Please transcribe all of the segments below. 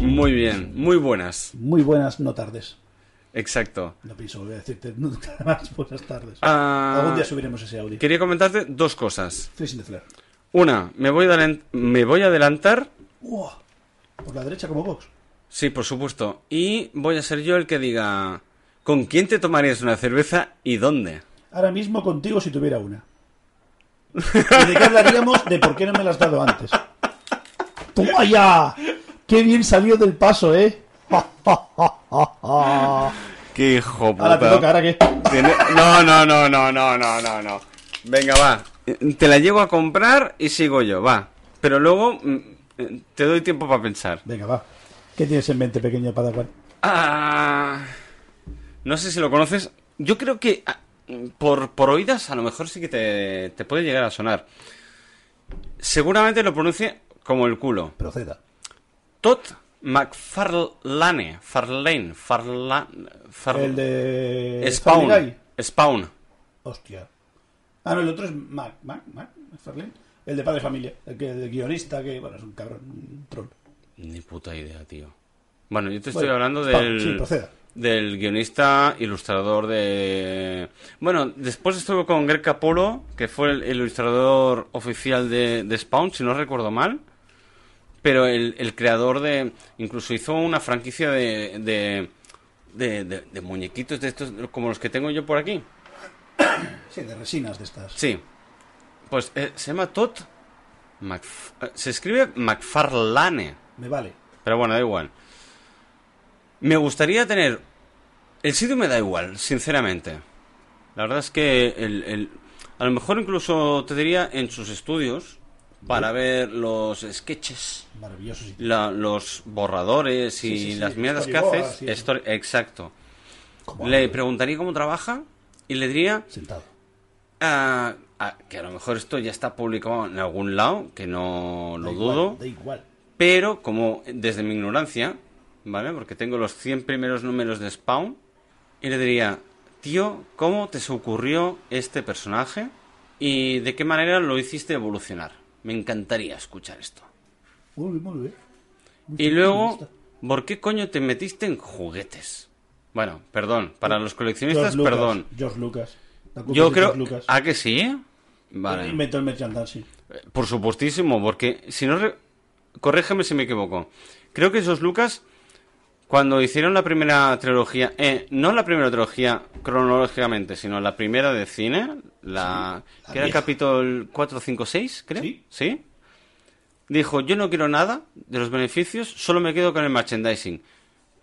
Muy bien, muy buenas. Muy buenas, no tardes. Exacto. No pienso volver a decirte nunca más buenas tardes. Ah, Algún día subiremos ese audio. Quería comentarte dos cosas. Flesh in the Flare. Una, me voy, a adelen- me voy a adelantar. Uah, Por la derecha como Vox. Sí, por supuesto. Y voy a ser yo el que diga... ¿Con quién te tomarías una cerveza y dónde? Ahora mismo contigo si tuviera una. ¿Y de qué hablaríamos? De por qué no me la has dado antes. ¡Toma ya! ¡Qué bien salió del paso, eh! ¡Qué hijo Ahora te toca, ahora qué. Tiene- No, no, no, no, no, no, no, no. Venga, va. Eh, Te la llevo a comprar y sigo yo, va. Pero luego mm, eh, te doy tiempo para pensar. Venga, va. ¿Qué tienes en mente, pequeño Padawan? Ah, no sé si lo conoces. Yo creo que ah, por, por oídas a lo mejor sí que te, te puede llegar a sonar. Seguramente lo pronuncie como el culo. Proceda. Todd McFarlane. Farlane. Farla, Far- El de... Spawn. Family Guy. Spawn. Hostia. Ah, no, el otro es Mac, Mac, Mac, Farlane. El de Padre Familia, el, que, el guionista que, bueno, es un cabrón, un troll. Ni puta idea, tío. Bueno, yo te estoy Bueno, hablando Spawn, del, sí, proceda. del guionista, ilustrador de... Bueno, después estuve con Greg Capullo, que fue el ilustrador oficial de, de Spawn, si no recuerdo mal. Pero el, el creador de... Incluso hizo una franquicia de, de, de- de- de muñequitos de estos, como los que tengo yo por aquí. Sí, de resinas de estas. Sí. Pues eh, se llama Todd... Macf- eh, se escribe McFarlane. Me vale. Pero bueno, da igual. Me gustaría tener... El sitio me da igual, sinceramente. La verdad es que el, el- a lo mejor incluso te diría en sus estudios para ver los sketches, Maravilloso sitio. la- los borradores y Sí, sí, sí, las mierdas que storyboard, haces. sí, sí. story- exacto. Como Le algo. preguntaría cómo trabaja y le diría Sentado. ah, ah, que a lo mejor esto ya está publicado en algún lado, que no lo Da igual, dudo. Da igual. Pero como desde mi ignorancia, ¿vale? Porque tengo los 100 primeros números de Spawn, y le diría, tío, ¿cómo te se ocurrió este personaje? ¿Y de qué manera lo hiciste evolucionar? Me encantaría escuchar esto. Muy bien, muy bien. Y luego, está. ¿por qué coño te metiste en juguetes? Bueno, perdón, para los George coleccionistas, Lucas, perdón. George Lucas. La culpa es Yo de creo... George Lucas. ¿A que sí? Vale. Inventó el merchandising. Por supuestísimo, porque si no. re- Corrígeme si me equivoco. Creo que esos Lucas, cuando hicieron la primera trilogía, eh, no la primera trilogía cronológicamente, sino la primera de cine, la, la que era el vieja. capítulo 4, 5, 6, creo. Sí. Dijo: Yo no quiero nada de los beneficios, solo me quedo con el merchandising.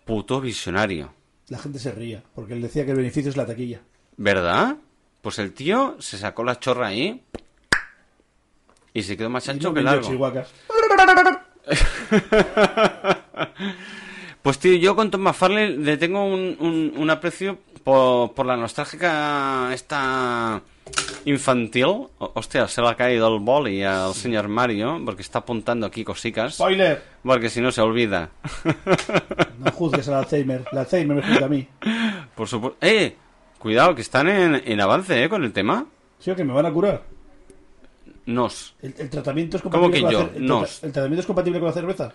Puto visionario. La gente se ría porque él decía que el beneficio es la taquilla. ¿Verdad? Pues el tío se sacó la chorra ahí y se quedó más Y ancho no que vendió largo. chihuahuas. Pues tío, yo con Tom Farley le tengo un, un- un aprecio por, por la nostálgica esta infantil. O- Hostia, se le ha caído el boli al señor Mario porque está apuntando aquí cositas. Spoiler. Porque si no se olvida. No juzgues al Alzheimer. El Alzheimer me juzga a mí. Por supuesto. ¡Eh! Cuidado, que están en, en avance, ¿eh? Con el tema. Sí, o que me van a curar. Nos. ¿El, el tratamiento es ¿Cómo compatible que con yo? la cer- el, No. trata- ¿El tratamiento es compatible con la cerveza?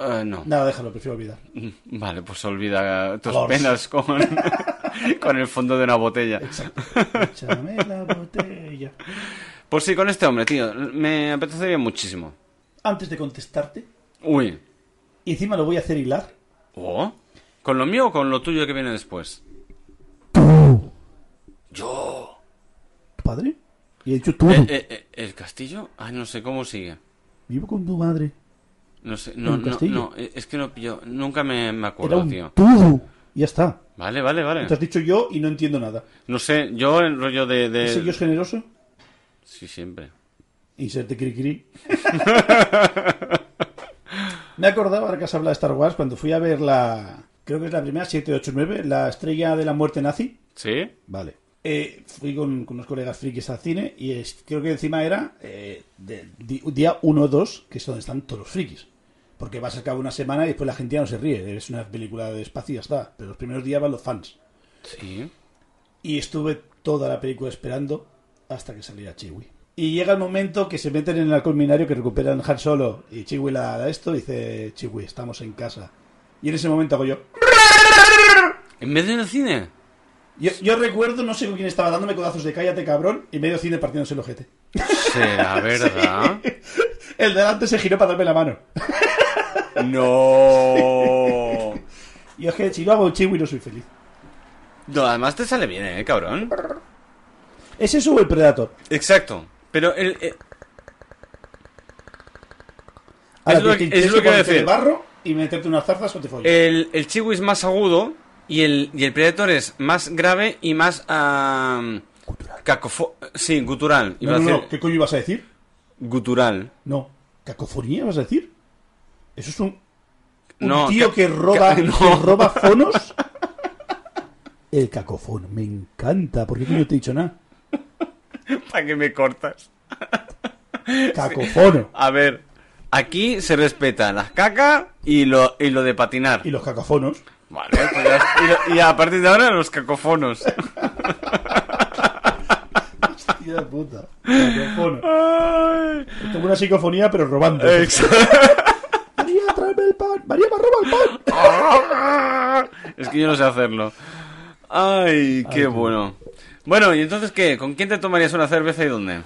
Eh, no. Nada, déjalo, prefiero olvidar. Vale, pues olvida tus Valors. penas con, con el fondo de una botella. Exacto. Échame la botella. Pues sí, con este hombre, tío. Me apetecería muchísimo. Antes de contestarte, Uy. y encima lo voy a hacer hilar. ¿Oh? ¿Con lo mío o con lo tuyo que viene después? Yo. ¿Padre? Y he dicho todo. Eh, eh, eh, ¿El castillo? Ay, no sé cómo sigue. Vivo con tu madre. No sé, no, ¿El no, castillo? no, eh, es que no pillo, nunca me, me Era acuerdo, un tío. todo. Ya está. Vale, vale, vale. Te has dicho yo y no entiendo nada. No sé, yo el rollo de... de- ¿Ese yo es generoso? Sí, siempre. Inserte cri cri. Me acordaba, ahora que has hablado de Star Wars, cuando fui a ver la. Creo que es la primera, 789, la estrella de la muerte nazi. ¿Sí? Vale. Eh, fui con, con unos colegas frikis al cine y es- creo que encima era eh, de- di- día 1 o 2, que es donde están todos los frikis. Porque vas a cabo una semana y después la gente ya no se ríe. Es una película de espacio y ya está. Pero los primeros días van los fans. Sí. Y estuve toda la película esperando hasta que saliera Chiwi. Y llega el momento que se meten en el alcohol binario que recuperan Han Solo y Chiwi la da esto y dice, Chiwi, estamos en casa. Y en ese momento hago yo. ¿En vez de en el cine? Yo, yo recuerdo, no sé con quién estaba dándome codazos de cállate cabrón y medio cine partiéndose el ojete. ¿Será verdad? El de delante se giró para darme la mano. No. Y es que si lo hago Chiwi no soy feliz. No, además te sale bien, ¿eh, cabrón? ¿Es eso o el Predator? Exacto. Pero el, eh, Ahora, Es lo- te- te- es tienes lo que Eh, iba a ponerte decir. el barro y meterte unas zarzas o te follas. el, el chihu es más agudo y el, y el predator es más grave y más... ah, cacofo sí, gutural. no, Iba no, a no, decir ¿qué coño ibas a decir? gutural. No. ¿Cacofonía vas a decir? Eso es un, un No, tío ca- que roba, ca- no. que roba fonos. El cacofón, me encanta. ¿Por qué coño te he dicho nada? ¿Para qué me cortas? Cacofono. A ver, aquí se respeta las cacas y lo, y lo de patinar. Y los cacofonos. Vale, pues ya, y, lo- y a partir de ahora los cacofonos. Hostia puta. Cacofono. Ay, Tengo una psicofonía, pero robando. exacto. María, tráeme el pan. María, me roba el pan. es que yo no sé hacerlo. Ay, qué qué bueno. Bueno, ¿y entonces qué? ¿Con quién te tomarías una cerveza y dónde?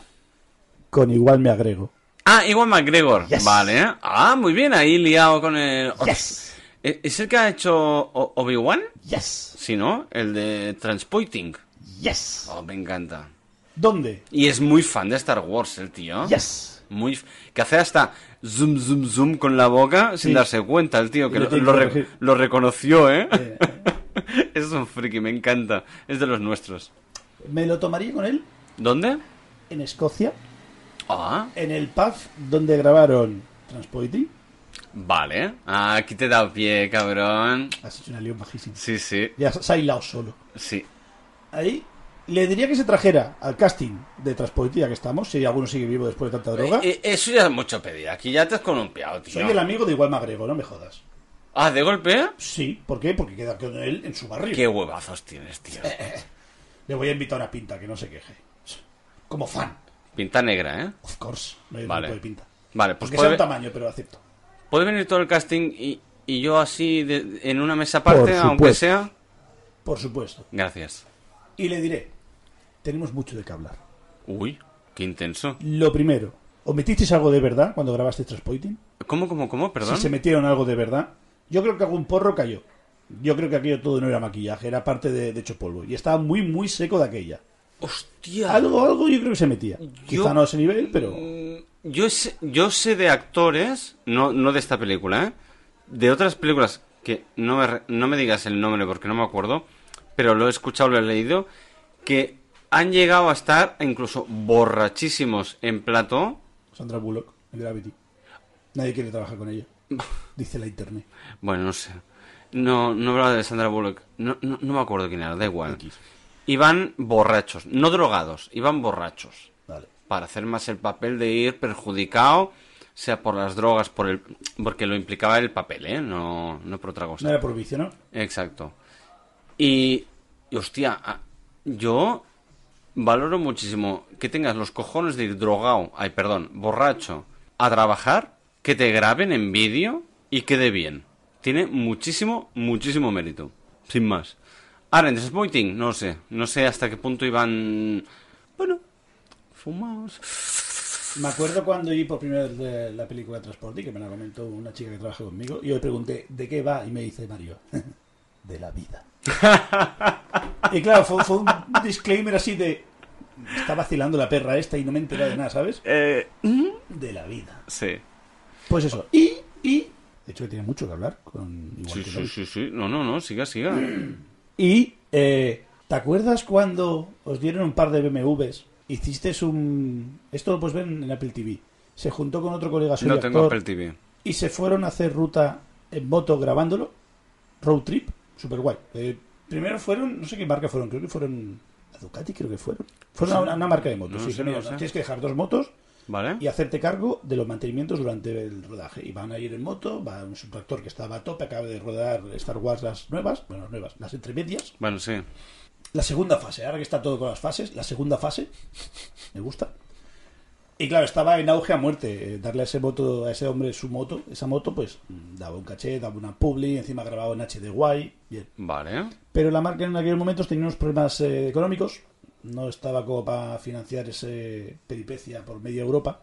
Con igual me agrego. Ah, igual McGregor. Yes. Vale. Ah, muy bien, ahí liado con el... Yes. ¿E- ¿Es el que ha hecho O- Obi-Wan? Yes. Sí, ¿no? El de Transpointing. Yes. Oh, me encanta. ¿Dónde? Y es muy fan de Star Wars, el tío. Yes. Muy f- que hace hasta zoom, zoom, zoom con la boca sin Sí. darse cuenta el tío, que Y lo lo, tiene lo que re- corregir. lo reconoció, ¿eh? Eh, es un friki, me encanta. Es de los nuestros. me lo tomaría con él ¿Dónde? en Escocia, Ah, en el pub donde grabaron Transpoiting. vale. Ah, aquí te da pie, cabrón. Has hecho una lión bajísima. Sí, sí, Ya se ha hilado solo. sí. Ahí le diría que se trajera al casting de Transpoiting, ya que estamos, si alguno sigue vivo después de tanta droga. Eh, eh, eso ya es mucho pedir. Aquí ya te has columpiado, tío. Soy el amigo de Igual Magrego, no me jodas. Ah, de golpe. Sí, ¿por qué? Porque queda con él en su barrio. Qué huevazos tienes, tío. Eh, Le voy a invitar a una pinta, que no se queje. Como fan, Pinta negra, ¿eh? of course. No hay Vale. tipo de pinta. Vale, pues Porque puede, sea un tamaño, pero lo acepto. puede venir todo el casting y, y yo así de- en una mesa aparte, aunque supuesto. sea. Por supuesto. Gracias. Y le diré, tenemos mucho de qué hablar. Uy, qué intenso. Lo primero, ¿omitisteis algo de verdad cuando grabaste Transpoiting? ¿Cómo, cómo, cómo? Perdón. Si se metieron algo de verdad. Yo creo que algún porro cayó. Yo creo que aquello todo no era maquillaje, era parte de, de hecho polvo. Y estaba muy, muy seco de aquella. Hostia. Algo, algo yo creo que se metía. Quizá no a ese nivel, pero... Mm, Yo sé, yo sé de actores, no, no de esta película, ¿eh? de otras películas que no me, re- no me digas el nombre porque no me acuerdo, pero lo he escuchado, lo he leído, que han llegado a estar incluso borrachísimos en plató. Sandra Bullock, en Gravity. Nadie quiere trabajar con ella. Dice la internet. Bueno, no sé. No, no hablaba de Sandra Bullock. No, no, no me acuerdo quién era, da igual. X. Iban borrachos, no drogados, iban borrachos. Vale. para hacer más el papel de ir perjudicado, sea por las drogas, por el porque lo implicaba el papel, ¿eh? No, no por otra cosa. No era por vicio, ¿no? Exacto. Y, y, hostia, a- yo valoro muchísimo que tengas los cojones de ir drogado, ay, perdón, borracho, a trabajar, que te graben en vídeo y quede bien. Tiene muchísimo, muchísimo mérito. Sin más. Ahora, en Disappointing, no sé. No sé hasta qué punto iban. Bueno, fumados. Me acuerdo cuando vi por primera vez de la película de Transporte, que me la comentó una chica que trabaja conmigo, y yo le pregunté, ¿de qué va? Y me dice Mario, de la vida. y claro, fue, fue un disclaimer así de, "Me está vacilando la perra esta y no me he enterado de nada, ¿sabes? Eh, ¿Mm? De la vida. sí. Pues eso, y, y, de hecho que tiene mucho que hablar con igual Sí, que sí, Lois. sí, sí. No, no, no, siga, siga. Y, eh, ¿te acuerdas cuando os dieron un par de BMWs? Hiciste un... Esto lo puedes ver en Apple TV. Se juntó con otro colega suyo, No tengo actor, Apple TV. y se fueron a hacer ruta en moto grabándolo. Road trip, super guay. Eh, primero fueron, no sé qué marca fueron, creo que fueron a Ducati, creo que fueron. Fueron a una, una marca de motos. No sí, sé, pero no sé. Tienes que dejar dos motos ¿Vale? y hacerte cargo de los mantenimientos durante el rodaje. Y van a ir en moto, va un subtractor que estaba a tope, acaba de rodar Star Wars las nuevas, bueno, las nuevas, las entremedias. Bueno, sí. La segunda fase, ahora que está todo con las fases, la segunda fase, me gusta. Y claro, estaba en auge a muerte. Eh, Darle a ese moto, a ese hombre su moto, esa moto, pues mm, daba un caché, daba una publi, encima grabado en HD guay, bien. Vale. Pero la marca en aquellos momentos tenía unos problemas eh, económicos, no estaba como para financiar ese peripecia por media Europa.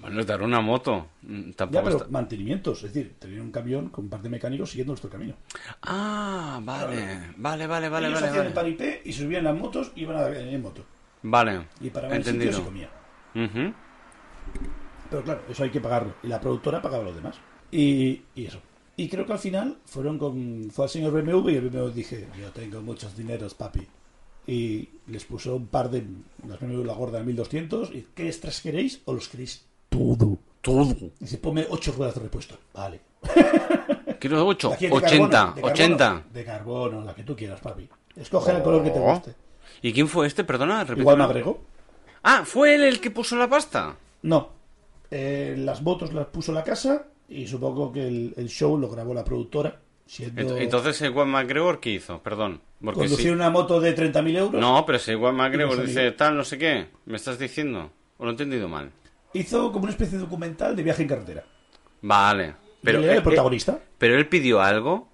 Bueno, es dar una moto. mm, Ya, Tampoco pero está- mantenimientos, es decir, tenía un camión con un par de mecánicos siguiendo nuestro camino. Ah, vale. Vale, vale, vale, Ellos vale. hacían el Vale. paripé y subían las motos y iban a en moto. Vale. Y para el sitio Entendido. se comía. Ujú. Pero claro, eso hay que pagarlo. Y la productora pagaba los demás. Y, y eso. Y creo que al final fueron con. Fue al señor BMW y el BMW dije: Yo tengo muchos dineros, papi. Y les puso un par de. Las BMW la gorda de 1200. Y ¿qué extras queréis? ¿O los queréis todo? Todo. Dice: Ponme 8 ruedas de repuesto. Vale. Quiero 8, Aquí de 80, carbono, de carbono, 80. De carbono, la que tú quieras, papi. Escoge el color que te Oh. guste. ¿Y quién fue este? Perdona, repite. Igual me agregó. Ah, fue él el que puso la pasta. No. Eh, las motos las puso la casa y supongo que el, el show lo grabó la productora. Siendo Ent- Entonces, el Juan McGregor, ¿qué hizo? Perdón. Porque conducir sí. una moto de 30.000 euros. No, pero si Juan Y McGregor los dice tal, no sé qué, ¿me estás diciendo? ¿O lo he entendido mal? Hizo como una especie de documental de viaje en carretera. Vale. Pero, Él era eh, el eh, protagonista. ¿Pero él pidió algo?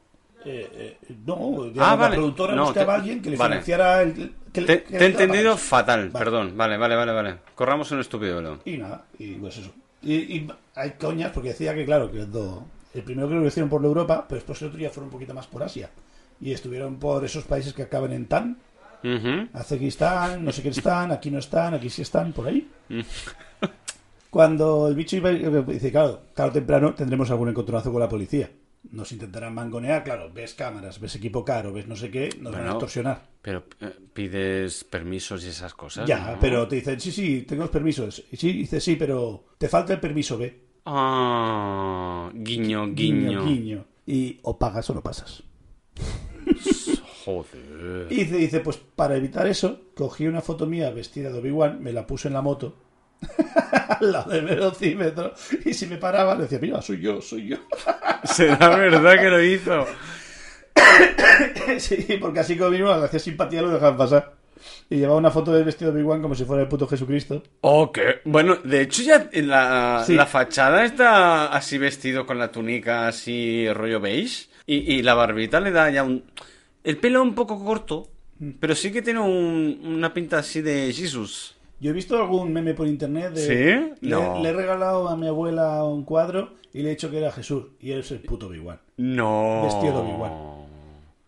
Eh, eh, no, digamos, Ah, vale. la productora No, buscaba te- a alguien que le vale. financiara el. que le- Te, te que le he ayudara entendido para eso. fatal, Vale. perdón. Vale, vale, vale, vale. Corramos un estúpido velo. Y nada, y pues eso. Y, y hay coñas, porque decía que, claro, que do- el primero creo que lo hicieron por Europa, pero después el otro día fueron un poquito más por Asia. Y estuvieron por esos países que acaban en tan, Ujú. están, no sé qué están, aquí no están, aquí sí están, por ahí. Mm. Cuando el bicho iba, dice, claro, tarde o temprano tendremos algún encontronazo con la policía. Nos intentarán mangonear, claro, ves cámaras, ves equipo caro, ves no sé qué, nos van Bueno. a extorsionar. Pero eh, pides permisos y esas cosas. Ya, ¿no? pero te dicen, sí, sí, tengo los permisos. Y sí, dice, sí, pero te falta el permiso B. Ah, guiño, guiño. Y o pagas o no pasas. Joder. Y dice, dice, pues para evitar eso, cogí una foto mía vestida de Obi-Wan, me la puse en la moto, al lado del velocímetro, y si me paraba, le decía, mira, soy yo, soy yo. Será verdad que lo hizo. sí, porque así como vino, hacía simpatía, lo dejaban pasar. Y llevaba una foto del vestido de Obi-Wan como si fuera el puto Jesucristo. Ok. Bueno, de hecho ya en la, Sí. la fachada está así vestido con la túnica así rollo beige y, y la barbita le da ya un... El pelo un poco corto, Mm. pero sí que tiene un- una pinta así de Jesus. Yo he visto algún meme por internet de... ¿Sí? Le, No. le he regalado a mi abuela un cuadro y le he dicho que era Jesús. Y él es el puto Obi-Wan. No. Vestido de Obi-Wan.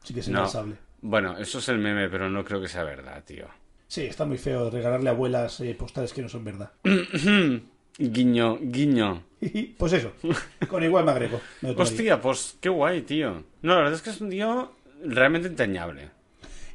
Sí que es No. incansable. Bueno, eso es el meme, pero no creo que sea verdad, tío. Sí, está muy feo regalarle a abuelas eh, postales que no son verdad. Guiño, guiño. Pues eso, con igual me agrego. Me lo tomaría. Hostia, pues qué guay, tío. No, la verdad es que es un tío realmente entrañable.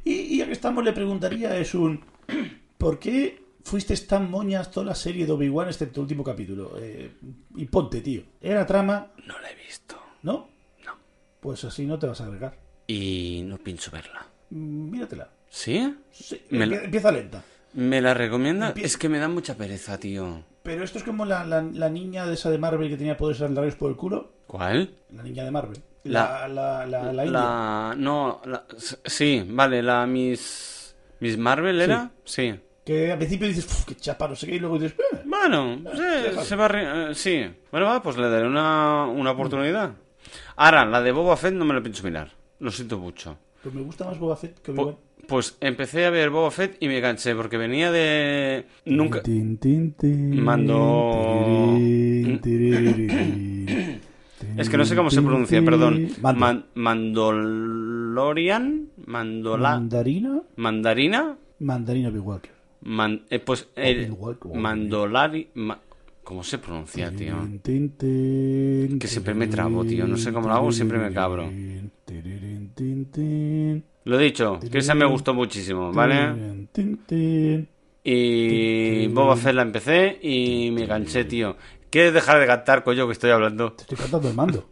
Y, y ya que estamos, le preguntaría: es un. ¿Por qué fuiste tan moñas toda la serie de Obi-Wan excepto el último capítulo? Eh, y ponte, tío. Era trama, No la he visto. ¿no? No. Pues así no te vas a agregar. Y no pienso verla. Mm, Míratela. ¿Sí? Sí, Me la- empie- Empieza lenta. ¿Me la recomienda? Es que me da mucha pereza, tío. Pero esto es como la, la- la niña de esa de Marvel que tenía poderes andarios por el culo. ¿Cuál? La niña de Marvel. La- La, la, la, la india. La... No, la... s- Sí, vale, la Miss... ¿Miss Marvel era? Sí. Que al principio dices, "Uf, qué chapa, no sé qué, y luego dices, "Eh, Bueno, se, déjalo. se va... re- eh, sí. Bueno, va, pues le daré una, una oportunidad. Ahora, la de Boba Fett no me la pienso mirar. Lo siento mucho. Pues me gusta más Boba Fett que Pu- Obi-Wan. Pues empecé a ver Boba Fett y me canché porque venía de... Nunca... Tin, tin, tin, Mando- Mm. tirirín, tirirín. Es que no sé cómo se pronuncia, Tin, tin, perdón. Mando. Man- Mandalorian, Mm. Mandola, Mandarina. Mandarina, Mandarina Big Walker. Man- eh, pues el igual que- Mandolari, ma- ¿cómo se pronuncia, tío? Tin, tin, tin, Que siempre me trabo, tío. No sé cómo lo hago, siempre me cabro. tirirín, tirirín, tin, tin, Lo dicho, que esa me gustó muchísimo, ¿vale? tirirín, tin, tin. Y Boba Fett la empecé y me enganché, tío. ¿Quieres dejar de cantar, coño, que estoy hablando? Te estoy cantando el mando.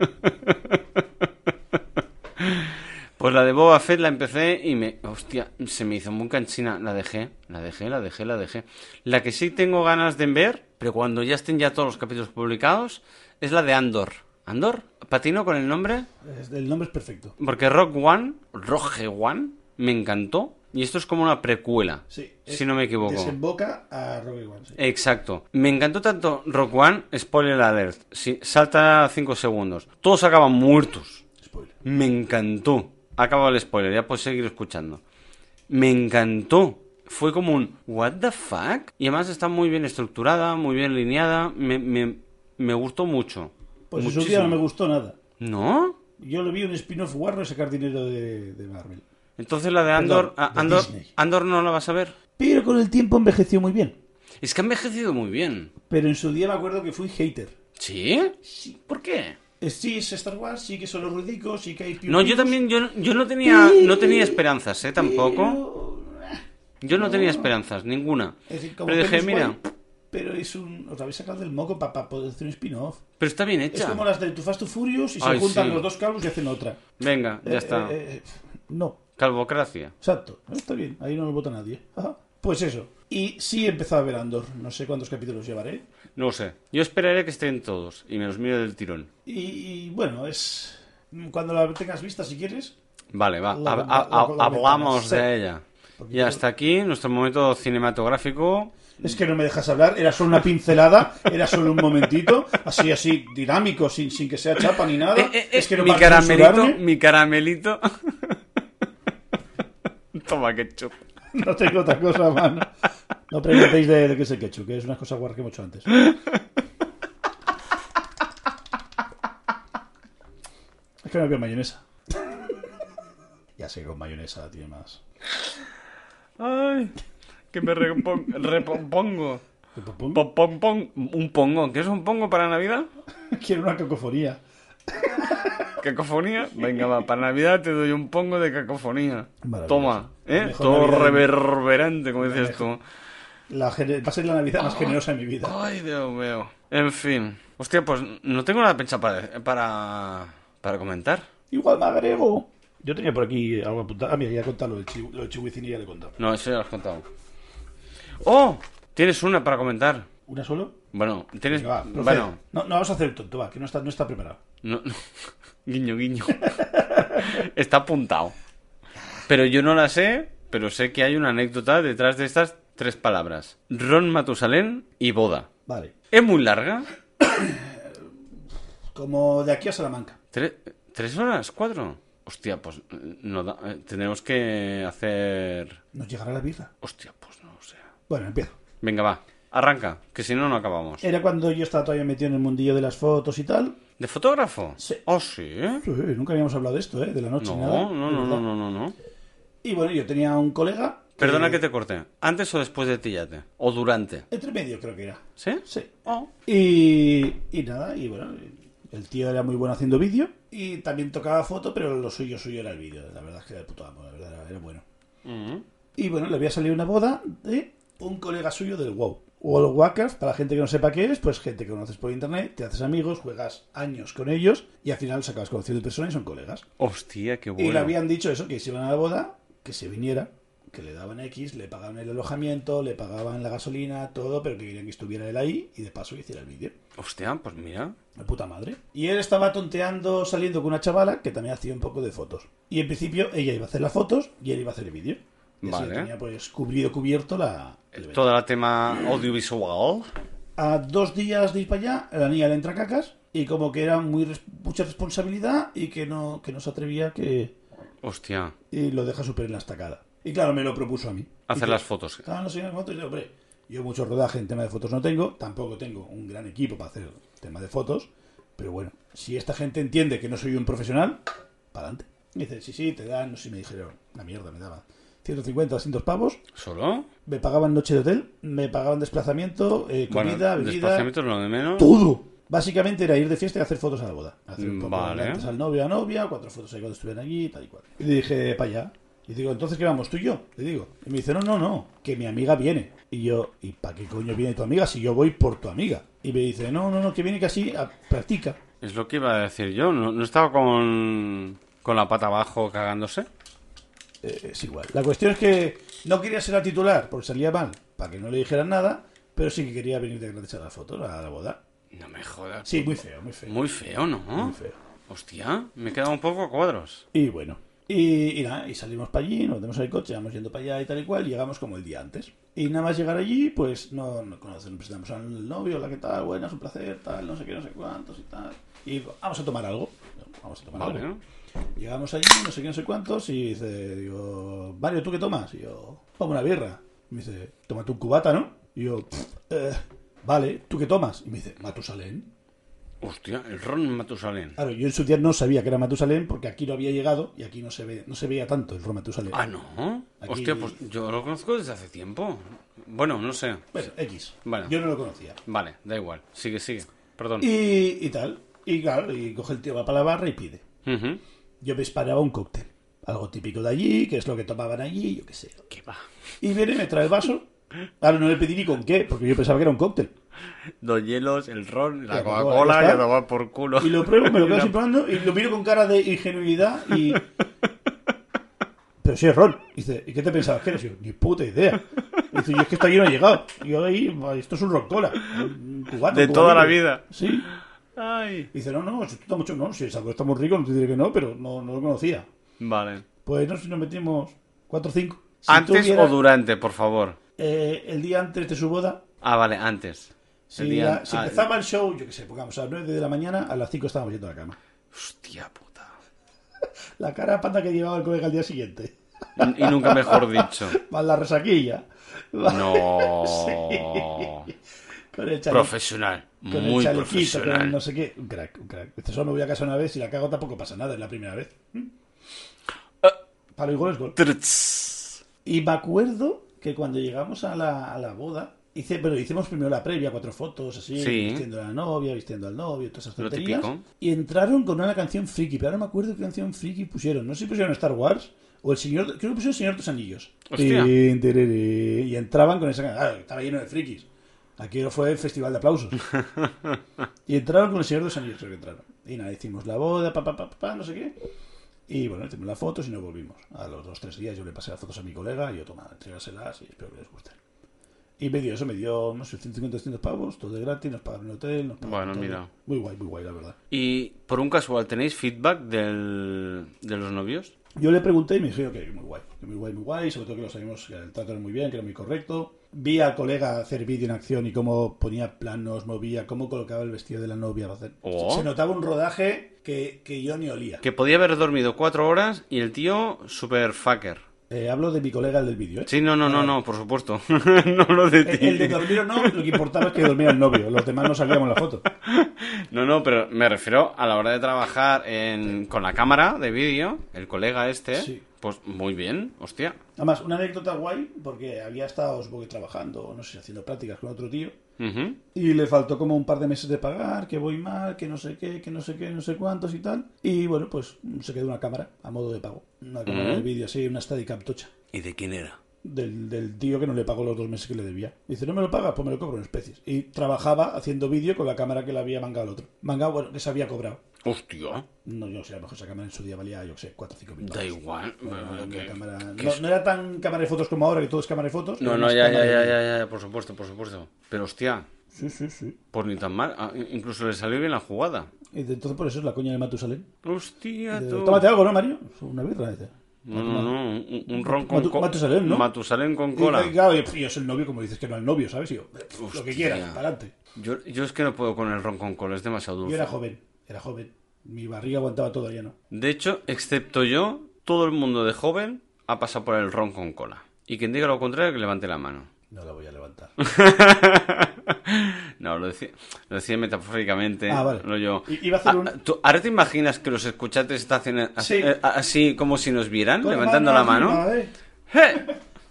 Pues la de Boba Fett la empecé y me. Hostia, se me hizo muy cansina. La dejé, la dejé, la dejé, la dejé. La que sí tengo ganas de ver, pero cuando ya estén ya todos los capítulos publicados, es la de Andor. ¿Andor? ¿Patino con el nombre? Es- El nombre es perfecto. Porque Rock One, Rogue One, me encantó. Y esto es como una precuela, Sí, si es- no me equivoco. Desemboca a Rogue One. sí. Exacto. Me encantó tanto Rock One, spoiler alert. Si salta 5 segundos. Todos acaban muertos. Spoiler. Me encantó. Acaba el spoiler, ya puedes seguir escuchando. Me encantó. Fue como un what the fuck. Y además está muy bien estructurada, muy bien lineada. Me, me- me gustó mucho. Pues en su día Muchísimo. no me gustó nada. ¿No? Yo lo vi un spin-off guarro sacar dinero de, de Marvel. Entonces la de Andor, Perdón, a- de Andor, Disney. Andor no la vas a ver. Pero con el tiempo envejeció muy bien. Es que ha envejecido muy bien. Pero en su día me acuerdo que fui hater. ¿Sí? Sí. ¿Por qué? Eh, Sí, es Star Wars, sí que son los rudicos, sí que hay... No, yo también, yo, yo no tenía, no tenía esperanzas, ¿eh? Tampoco. Yo no tenía esperanzas, ninguna. Es decir, como Pero dije, Pennywise, mira, Pero es un... Os habéis sacado del moco para poder hacer un spin-off. pero está bien Es hecha. como las de Too Fast Too Furious y se Ay, juntan sí. los dos calvos y hacen otra. Venga, ya Eh, está. eh, eh, no, Calvocracia. exacto. No, está bien, ahí no lo vota nadie. Ajá. Pues eso. Y sí empezó a ver Andor. No sé cuántos capítulos llevaré. No lo sé. Yo esperaré que estén todos y me los miro del tirón. Y, y, bueno, es... Cuando la tengas vista, si quieres. Vale, va. La- hab- la- hab- la- la- hablamos la- de ella. Porque Y yo- hasta aquí nuestro momento cinematográfico. Es que no me dejas hablar, era solo una pincelada, era solo un momentito, así, así, dinámico, sin, sin que sea chapa ni nada. Eh, eh, eh, es que no mi vas a caramelito, censurarme. mi caramelito. Toma ketchup. No tengo otra cosa, mano. No preguntéis de, de qué es el ketchup, que es una cosa guarra que hemos hecho antes. Es que no había mayonesa. Ya sé que con mayonesa tiene más. Ay, que me repon- repongo. Pum, pum, pum. Pon- pon- pon- un pongo. ¿Qué es un pongo para Navidad? Quiero una cacofonía. ¿Cacofonía? Venga, va, para Navidad te doy un pongo de cacofonía. Maravilloso. Toma, La ¿eh? mejor Todo Navidad del- reverberante, como dices tú. La gener- Va a ser la Navidad más generosa de mi vida. Ay, Dios mío. En fin. Hostia, pues no tengo nada pensado para, para, para comentar. Igual me agrego. Yo tenía por aquí algo apuntado. Ah, mira, ya he contado lo de, Chihu- lo de Chihuicini, ya le he contado. No, eso ya lo has contado. ¡Oh! Tienes una para comentar. ¿Una solo? Bueno, tienes... Venga, va, procede. bueno, no, no vamos a hacer el tonto, va, que no está, no está preparado. no- guiño, guiño. Está apuntado. Pero yo no la sé, pero sé que hay una anécdota detrás de estas tres palabras. Ron Matusalén y boda. Vale. Es muy larga. Como de aquí a Salamanca. ¿Tres, tres horas? ¿Cuatro? Hostia, pues no da- eh, tenemos que hacer... Nos llegará la birra. Hostia, pues no sé. Bueno, empiezo. Venga, va. Arranca, que si no, no acabamos. Era cuando yo estaba todavía metido en el mundillo de las fotos y tal. ¿De fotógrafo? Sí. Oh, sí. Sí, nunca habíamos hablado de esto, ¿eh? De la noche. No, ni nada. no, no, De no, verdad. no, no, no. Y bueno, yo tenía un colega. Perdona que te corté. ¿Antes o después de Tillate? ¿O durante? Entre medio creo que era. ¿Sí? Sí. Oh. Y, y nada, y bueno, el tío era muy bueno haciendo vídeo y también tocaba foto, pero lo suyo suyo era el vídeo. La verdad es que era el puto amo, la verdad era, era bueno. Mm. Y bueno, le había salido una boda de un colega suyo del WoW. World of Warcraft, para la gente que no sepa qué es, pues gente que conoces por internet, te haces amigos, juegas años con ellos y al final los acabas conociendo personas y son colegas. Hostia, qué Y le bueno. habían dicho eso, que si iban a la boda, que se viniera, que le daban X, le pagaban el alojamiento, le pagaban la gasolina, todo, pero que querían que estuviera él ahí y de paso que hiciera el vídeo. Hostia, pues mira. La puta madre. Y él estaba tonteando saliendo con una chavala que también hacía un poco de fotos. Y en principio ella iba a hacer las fotos y él iba a hacer el vídeo. Y así Vale. tenía pues cubrido, cubierto la... el evento. Todo el tema audiovisual. A dos días de ir para allá, la niña le entra cacas y como que era muy res- mucha responsabilidad y que no, que no se atrevía que... Hostia. Y lo deja súper en la estacada. Y claro, me lo propuso a mí. Hacer Y yo- las fotos. Ah, no sé, las fotos. Y yo, hombre, yo mucho rodaje en tema de fotos no tengo, tampoco tengo un gran equipo para hacer tema de fotos, pero bueno, si esta gente entiende que no soy un profesional, para adelante. Dice, sí, sí, te dan, no sé, me dijeron, una mierda, me daba 150, 200 pavos, ¿Solo? me pagaban noche de hotel, me pagaban desplazamiento, eh, comida, bueno, bebida, desplazamiento es lo de menos. todo. Básicamente era ir de fiesta y hacer fotos a la boda. Hacer un poco Vale. antes al novio a novia, cuatro fotos ahí cuando estuvieran allí, tal y cual. Y le dije, para allá. Y digo, entonces, ¿qué vamos? ¿Tú y yo? Le digo. Y me dice, no, no, no, que mi amiga viene. Y yo, ¿y para qué coño viene tu amiga si yo voy por tu amiga? Y me dice, no, no, no, que viene que así a- practica. Es lo que iba a decir yo. ¿No, no estaba con, con la pata abajo cagándose? Eh, es igual. La cuestión es que no quería ser la titular porque salía mal, para que no le dijeran nada, pero sí que quería venir de gratis a la foto, a la boda. No me jodas. Sí, muy feo, muy feo. Muy feo, ¿no? Muy feo. Hostia, me he quedado un poco a cuadros. Y bueno. Y, y nada, y salimos para allí, nos metemos en el coche, vamos yendo para allá y tal y cual, y llegamos como el día antes. Y nada más llegar allí, pues no, no conocen, presentamos al novio, la que tal, bueno, es un placer, tal, no sé qué, no sé cuántos y tal. Y vamos a tomar algo. Vamos a tomar Vale, algo. ¿no? Llegamos allí, no sé qué, no sé cuántos, y dice, digo, Mario, ¿tú qué tomas? Y yo, pongo una birra. Y me dice, tómate un cubata, ¿no? Y yo, "Pff, eh, vale, ¿tú qué tomas? Y me dice, Matusalén. Hostia, el Ron Matusalén. Claro, yo en su día no sabía que era Matusalén porque aquí no había llegado y aquí no se, ve, no se veía tanto el ron Matusalén. Ah, no. Aquí- Hostia, pues yo lo conozco desde hace tiempo. Bueno, no sé. Bueno, X. Vale. Yo no lo conocía. Vale, da igual. Sigue, sigue. Perdón. Y, y tal. Y claro, y coge el tío, va para la barra y pide. Ujú. Yo me esperaba un cóctel. Algo típico de allí, que es lo que tomaban allí, yo qué sé. ¿Qué va? Y viene, me trae el vaso. Ahora no le pedí ni con qué, porque yo pensaba que era un cóctel. Los hielos, el Ron, la Ya, Coca-Cola, ya ya está. lo va por culo. Y lo pruebo, me lo quedo Una- así probando y lo miro con cara de ingenuidad y. Pero si es Ron. Y dice, ¿y qué te pensabas que eres? Y yo, ni puta idea. Y dice, y es que esto aquí no ha llegado. Y yo ahí, esto es un Ron Cola. un cubata, De un toda la cubatito. vida. Sí. Ay. Y dice, no, no, si esto está mucho. No, si el sabor está muy rico, no te diré que no, pero no, no lo conocía. Vale. Pues no sé si nos metimos 4 o 5. ¿Antes o durante, por favor? eh, el día antes de su boda, Ah, vale, antes. si, El día- la- si ah, empezaba el show, yo qué sé, pongamos a las 9 de la mañana, a las 5 estábamos yendo a la cama. Hostia puta. La cara de panda que llevaba el colega al día siguiente. Y y nunca mejor dicho. Más la resaquilla. más- No. Con el chale- Profesional. con el Muy chalequito, con el no profesional. sé qué. Un crack, un crack. Este solo me voy a casa una vez y la cago tampoco pasa nada, es la primera vez. ¿Mm? Eh. Palo y gol es gol. Trts. Y me acuerdo que cuando llegamos a la, a la boda, hice, bueno, hicimos primero la previa, cuatro fotos, así, Sí. vistiendo a la novia, vistiendo al novio, todas esas Lo tonterías. típico. Y entraron con una canción friki, pero ahora no me acuerdo qué canción friki pusieron. No sé si pusieron Star Wars o el señor, creo que pusieron el señor de los anillos. Hostia. Tin, tereré, Y entraban con esa canción. Claro, estaba lleno de frikis. Aquí fue el festival de aplausos. y entraron con el señor de los anillos, creo que entraron. Y nada, hicimos la boda, pa, pa, pa, pa, pa, no sé qué. Y bueno, hicimos las fotos y nos volvimos. A los dos, tres días yo le pasé las fotos a mi colega y yo, toma, entrégaselas y espero que les gusten. Y me dio eso, me dio, no sé, 150, 200 pavos, todo de gratis, nos pagaron el hotel, nos pagaron Bueno, todo. mira. Muy guay, muy guay, la verdad. Y por un casual, ¿tenéis feedback del, de los novios? Yo le pregunté y me dijeron que muy guay, que muy guay, muy guay, sobre todo que lo sabíamos, que el trato era muy bien, que era muy correcto. Vi al colega hacer vídeo en acción y cómo ponía planos, movía, cómo colocaba el vestido de la novia. va a hacer- Oh. Se, se notaba un rodaje que, que yo ni olía. Que podía haber dormido cuatro horas y el tío super fucker. Eh, hablo de mi colega, el del vídeo, ¿eh? Sí, no, no, no, no, por supuesto. no lo de ti. El, el de dormir o no, lo que importaba es que dormía el novio, los demás no salíamos en la foto. No, no, pero me refiero a la hora de trabajar en- con la cámara de vídeo, el colega este, Sí. pues muy bien, hostia. Además, una anécdota guay, porque había estado supongo que trabajando, no sé, haciendo prácticas con otro tío, Ujú. Y le faltó como un par de meses de pagar, que voy mal, que no sé qué, que no sé qué, no sé cuántos y tal. Y bueno, pues se quedó una cámara a modo de pago. Una cámara Ujú. de vídeo así, una Steadicam tocha. ¿Y de quién era? Del, del tío que no le pagó los dos meses que le debía. Dice, no me lo pagas, pues me lo cobro en especies. Y trabajaba haciendo vídeo con la cámara que le había mangado al otro. Mangado, bueno, que se había cobrado. Hostia, No, yo no sé, a lo mejor esa cámara en su día valía, yo qué sé, 4 o 5 mil da pavos. igual. Era pero una que- cámara- que No, es- no era tan cámara de fotos como ahora, que todo es cámara de fotos. No, era no, más ya, ya, cámara de ya, vídeo. ya, ya, por supuesto, por supuesto. Pero hostia, Sí, sí, sí. por ni tan mal, ah, incluso le salió bien la jugada. Y de- entonces por eso es la coña de Matusalén. Hostia, Eh, tú. Tómate algo, ¿no, Mario? Una birra, dice. No, no, no, un, un ron con Matu- co- Matusalén, ¿no? Matusalén con Y, cola. y claro, y, pff, yo soy el novio, como dices que no el novio, ¿sabes? Y yo, pff, lo Hostia. que quieras, para adelante. Yo, yo es que no puedo con el ron con cola, es demasiado Yo dulce. era joven, era joven. Mi barriga aguantaba todo, ya no. De hecho, excepto yo, todo el mundo de joven ha pasado por el ron con cola. Y quien diga lo contrario, que levante la mano. No la voy a levantar. No, lo decía, lo decía metafóricamente. Ah, vale. no yo. I- iba a hacer Ah, un- ah, ¿tú- ¿Ahora te imaginas que los escuchantes están haciendo así, Sí. eh, así como si nos vieran, levantando la mano? ¡Eh!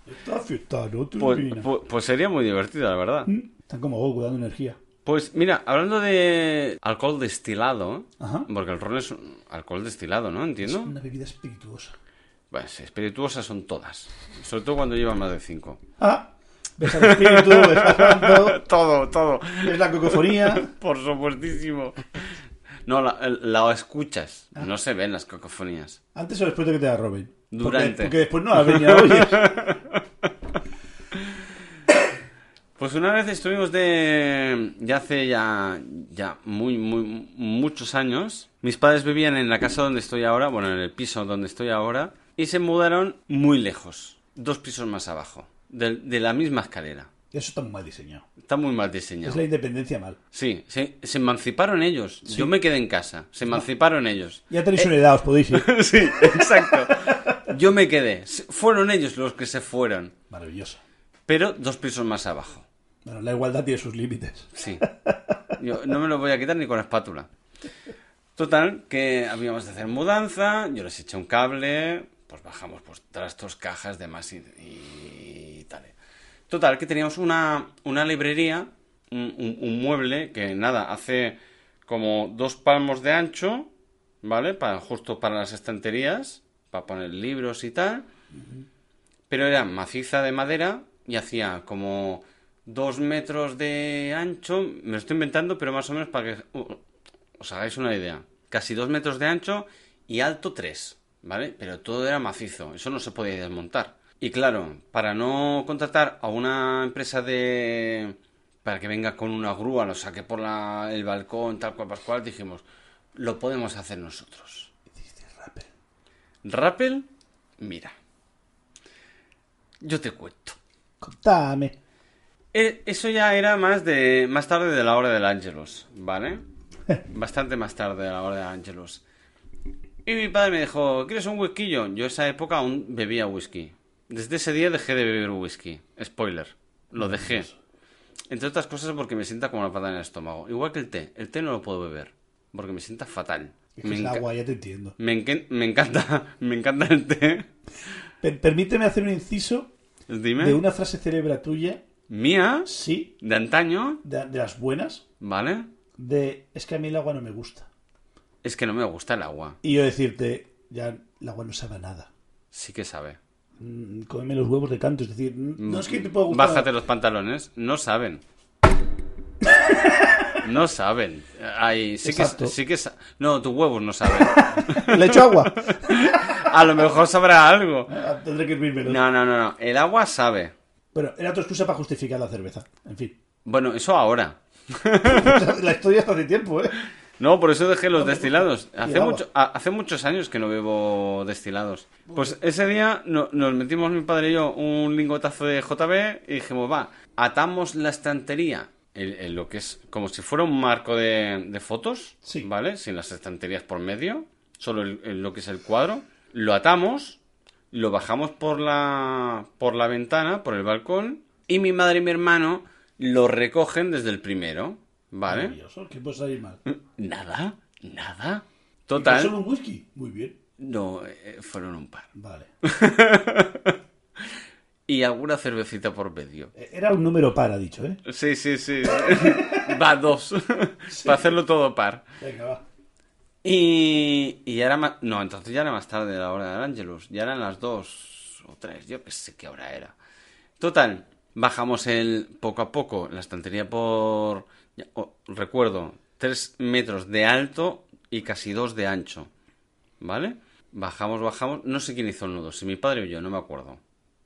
Está fiesta, no te Pues, olvides. pues- pues sería muy divertido, la verdad. Están como Goku dando energía. Pues mira, hablando de alcohol destilado, Ajá. porque el ron es un alcohol destilado, ¿no? Es Entiendo. una bebida espirituosa. Pues espirituosas son todas. Sobre todo cuando llevan más de cinco. Ah, ves al espíritu, ves al santo, Todo, todo. ves la cocofonía. Por supuestísimo. No, la, la escuchas. No se ven las cacofonías. Antes o después de que te la roben. Porque- Durante. Porque, después no la venía, oye. Pues Pues una vez estuvimos de. Ya hace ya. Ya muy, muy. Muchos años. Mis padres vivían en la casa donde estoy ahora. Bueno, en el piso donde estoy ahora. Y se mudaron muy lejos. Dos pisos más abajo. De, de la misma escalera. Eso está muy mal diseñado. Está muy mal Es diseñado. la independencia mal. Sí, se, se emanciparon ellos. Yo me quedé en casa. Se emanciparon ellos. Ya tenéis una edad, os podéis ir. sí, exacto. Yo me quedé. Se- Fueron ellos los que se fueron. Maravillosa. Pero dos pisos más abajo. Bueno, la igualdad tiene sus límites. Sí. Yo no me lo voy a quitar ni con la espátula. Total, que habíamos de hacer mudanza, yo les eché un cable, pues bajamos pues trastos, cajas, demás y, y tal. Total, que teníamos una, una librería, un, un- un mueble que nada, hace como dos palmos de ancho, ¿vale? Para, justo para las estanterías, para poner libros y tal. Pero era maciza de madera y hacía como dos metros de ancho. Me lo estoy inventando, pero más o menos para que uh, os hagáis una idea. Casi dos metros de ancho y alto tres, ¿vale? Pero todo era macizo, eso no se podía desmontar. Y claro, para no contratar a una empresa de... para que venga con una grúa, lo saque por la- el balcón, tal cual, pascual, dijimos, lo podemos hacer nosotros. Hiciste rapper. Rappel, mira. Yo te cuento. Contame. E- Eso ya era más de más tarde de la hora del Ángelos, ¿vale? Bastante más tarde de la hora del Ángelos. Y mi padre me dijo, ¿quieres un whisky? Yo esa época aún bebía whisky. Desde ese día dejé de beber whisky. Spoiler. Lo dejé. pues. Entre otras cosas porque me sienta como una patada en el estómago. Igual que el té. El té no lo puedo beber. Porque me sienta fatal. Es que Me, es el enca- agua, ya te entiendo. me enquen- me encanta. Me encanta el té. Per- permíteme hacer un inciso Dime. de una frase célebra tuya, Mía, sí, de antaño, de, de las buenas, ¿vale? de es que a mí el agua no me gusta. Es que no me gusta el agua. Y yo decirte, ya, el agua no sabe a nada. Sí que sabe. Mm, cómeme los huevos de canto, es decir, mm, no es que te pueda gustar. Bájate los pantalones. No saben. No saben. Ay, sí que, Exacto. sí que sa- No, tus huevos no saben. Le echo agua. A lo mejor sabrá algo. Ah, Tendré que hervírmelo. No, no, no, no. El agua sabe. Bueno, era tu excusa para justificar la cerveza. En fin. Bueno, eso ahora. la historia está de tiempo, ¿eh? No, por eso dejé los destilados. Hace, agua. mucho, a- hace muchos años que no bebo destilados. Pues ese día no- nos metimos mi padre y yo un lingotazo de JB y dijimos, va, atamos la estantería. el- el lo que es como si fuera un marco de, de fotos, Sí. ¿vale? Sin las estanterías por medio, solo el- el- lo que es el cuadro. Lo atamos, lo bajamos por la, por la ventana, por el balcón, y mi madre y mi hermano lo recogen desde el primero, ¿vale? Maravilloso, ¿qué puede salir mal? Nada, nada. ¿Y ¿Solo Total. un whisky? Muy bien. No, eh, fueron un par. Vale. Y alguna cervecita por medio. Eh, Era un número par, ha dicho, ¿eh? Sí, sí, sí. Va dos. Para hacerlo todo par. Venga, va. Y, y ya era más... No, entonces ya era más tarde la hora del Angelus. Ya eran las dos o tres. Yo qué sé qué hora era. Total, bajamos el poco a poco la estantería por... ya, oh, recuerdo, tres metros de alto y casi dos de ancho. ¿Vale? Bajamos, bajamos. No sé quién hizo el nudo, si mi padre o yo, no me acuerdo.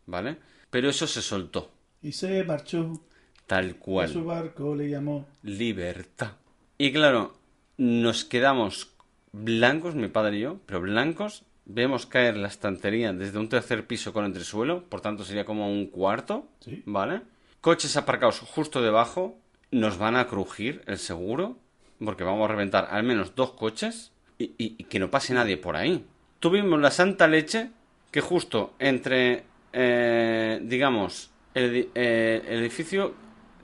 ¿Vale? Pero eso se soltó. Y se marchó. Tal cual. A su barco le llamó. Libertad. Y claro, nos quedamos blancos, mi padre y yo, pero blancos. Vemos caer la estantería desde un tercer piso con entresuelo, por tanto sería como un cuarto, Sí. ¿vale? Coches aparcados justo debajo, nos van a crujir el seguro, porque vamos a reventar al menos dos coches y, y- y que no pase nadie por ahí. Tuvimos la santa leche que justo entre, eh, digamos, el, edi- eh, el edificio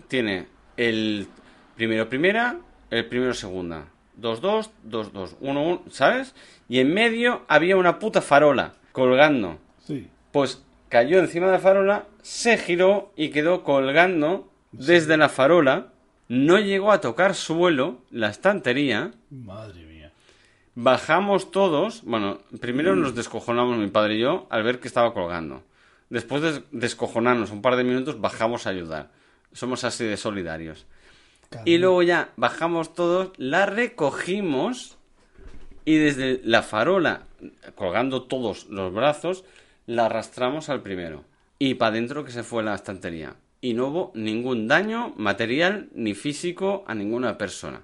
tiene el primero primera, el primero segunda, 2-2, 2-2, 1-1, ¿sabes? Y en medio había una puta farola colgando. Sí. Pues cayó encima de la farola, se giró y quedó colgando desde la farola. No llegó a tocar suelo, la estantería. Madre mía. Bajamos todos. Bueno, primero nos descojonamos mi padre y yo al ver que estaba colgando. Después de descojonarnos un par de minutos, bajamos a ayudar. Somos así de solidarios. Y luego ya bajamos todos, la recogimos y desde la farola, colgando todos los brazos, la arrastramos al primero. Y para adentro que se fue la estantería. y no hubo ningún daño material ni físico a ninguna persona.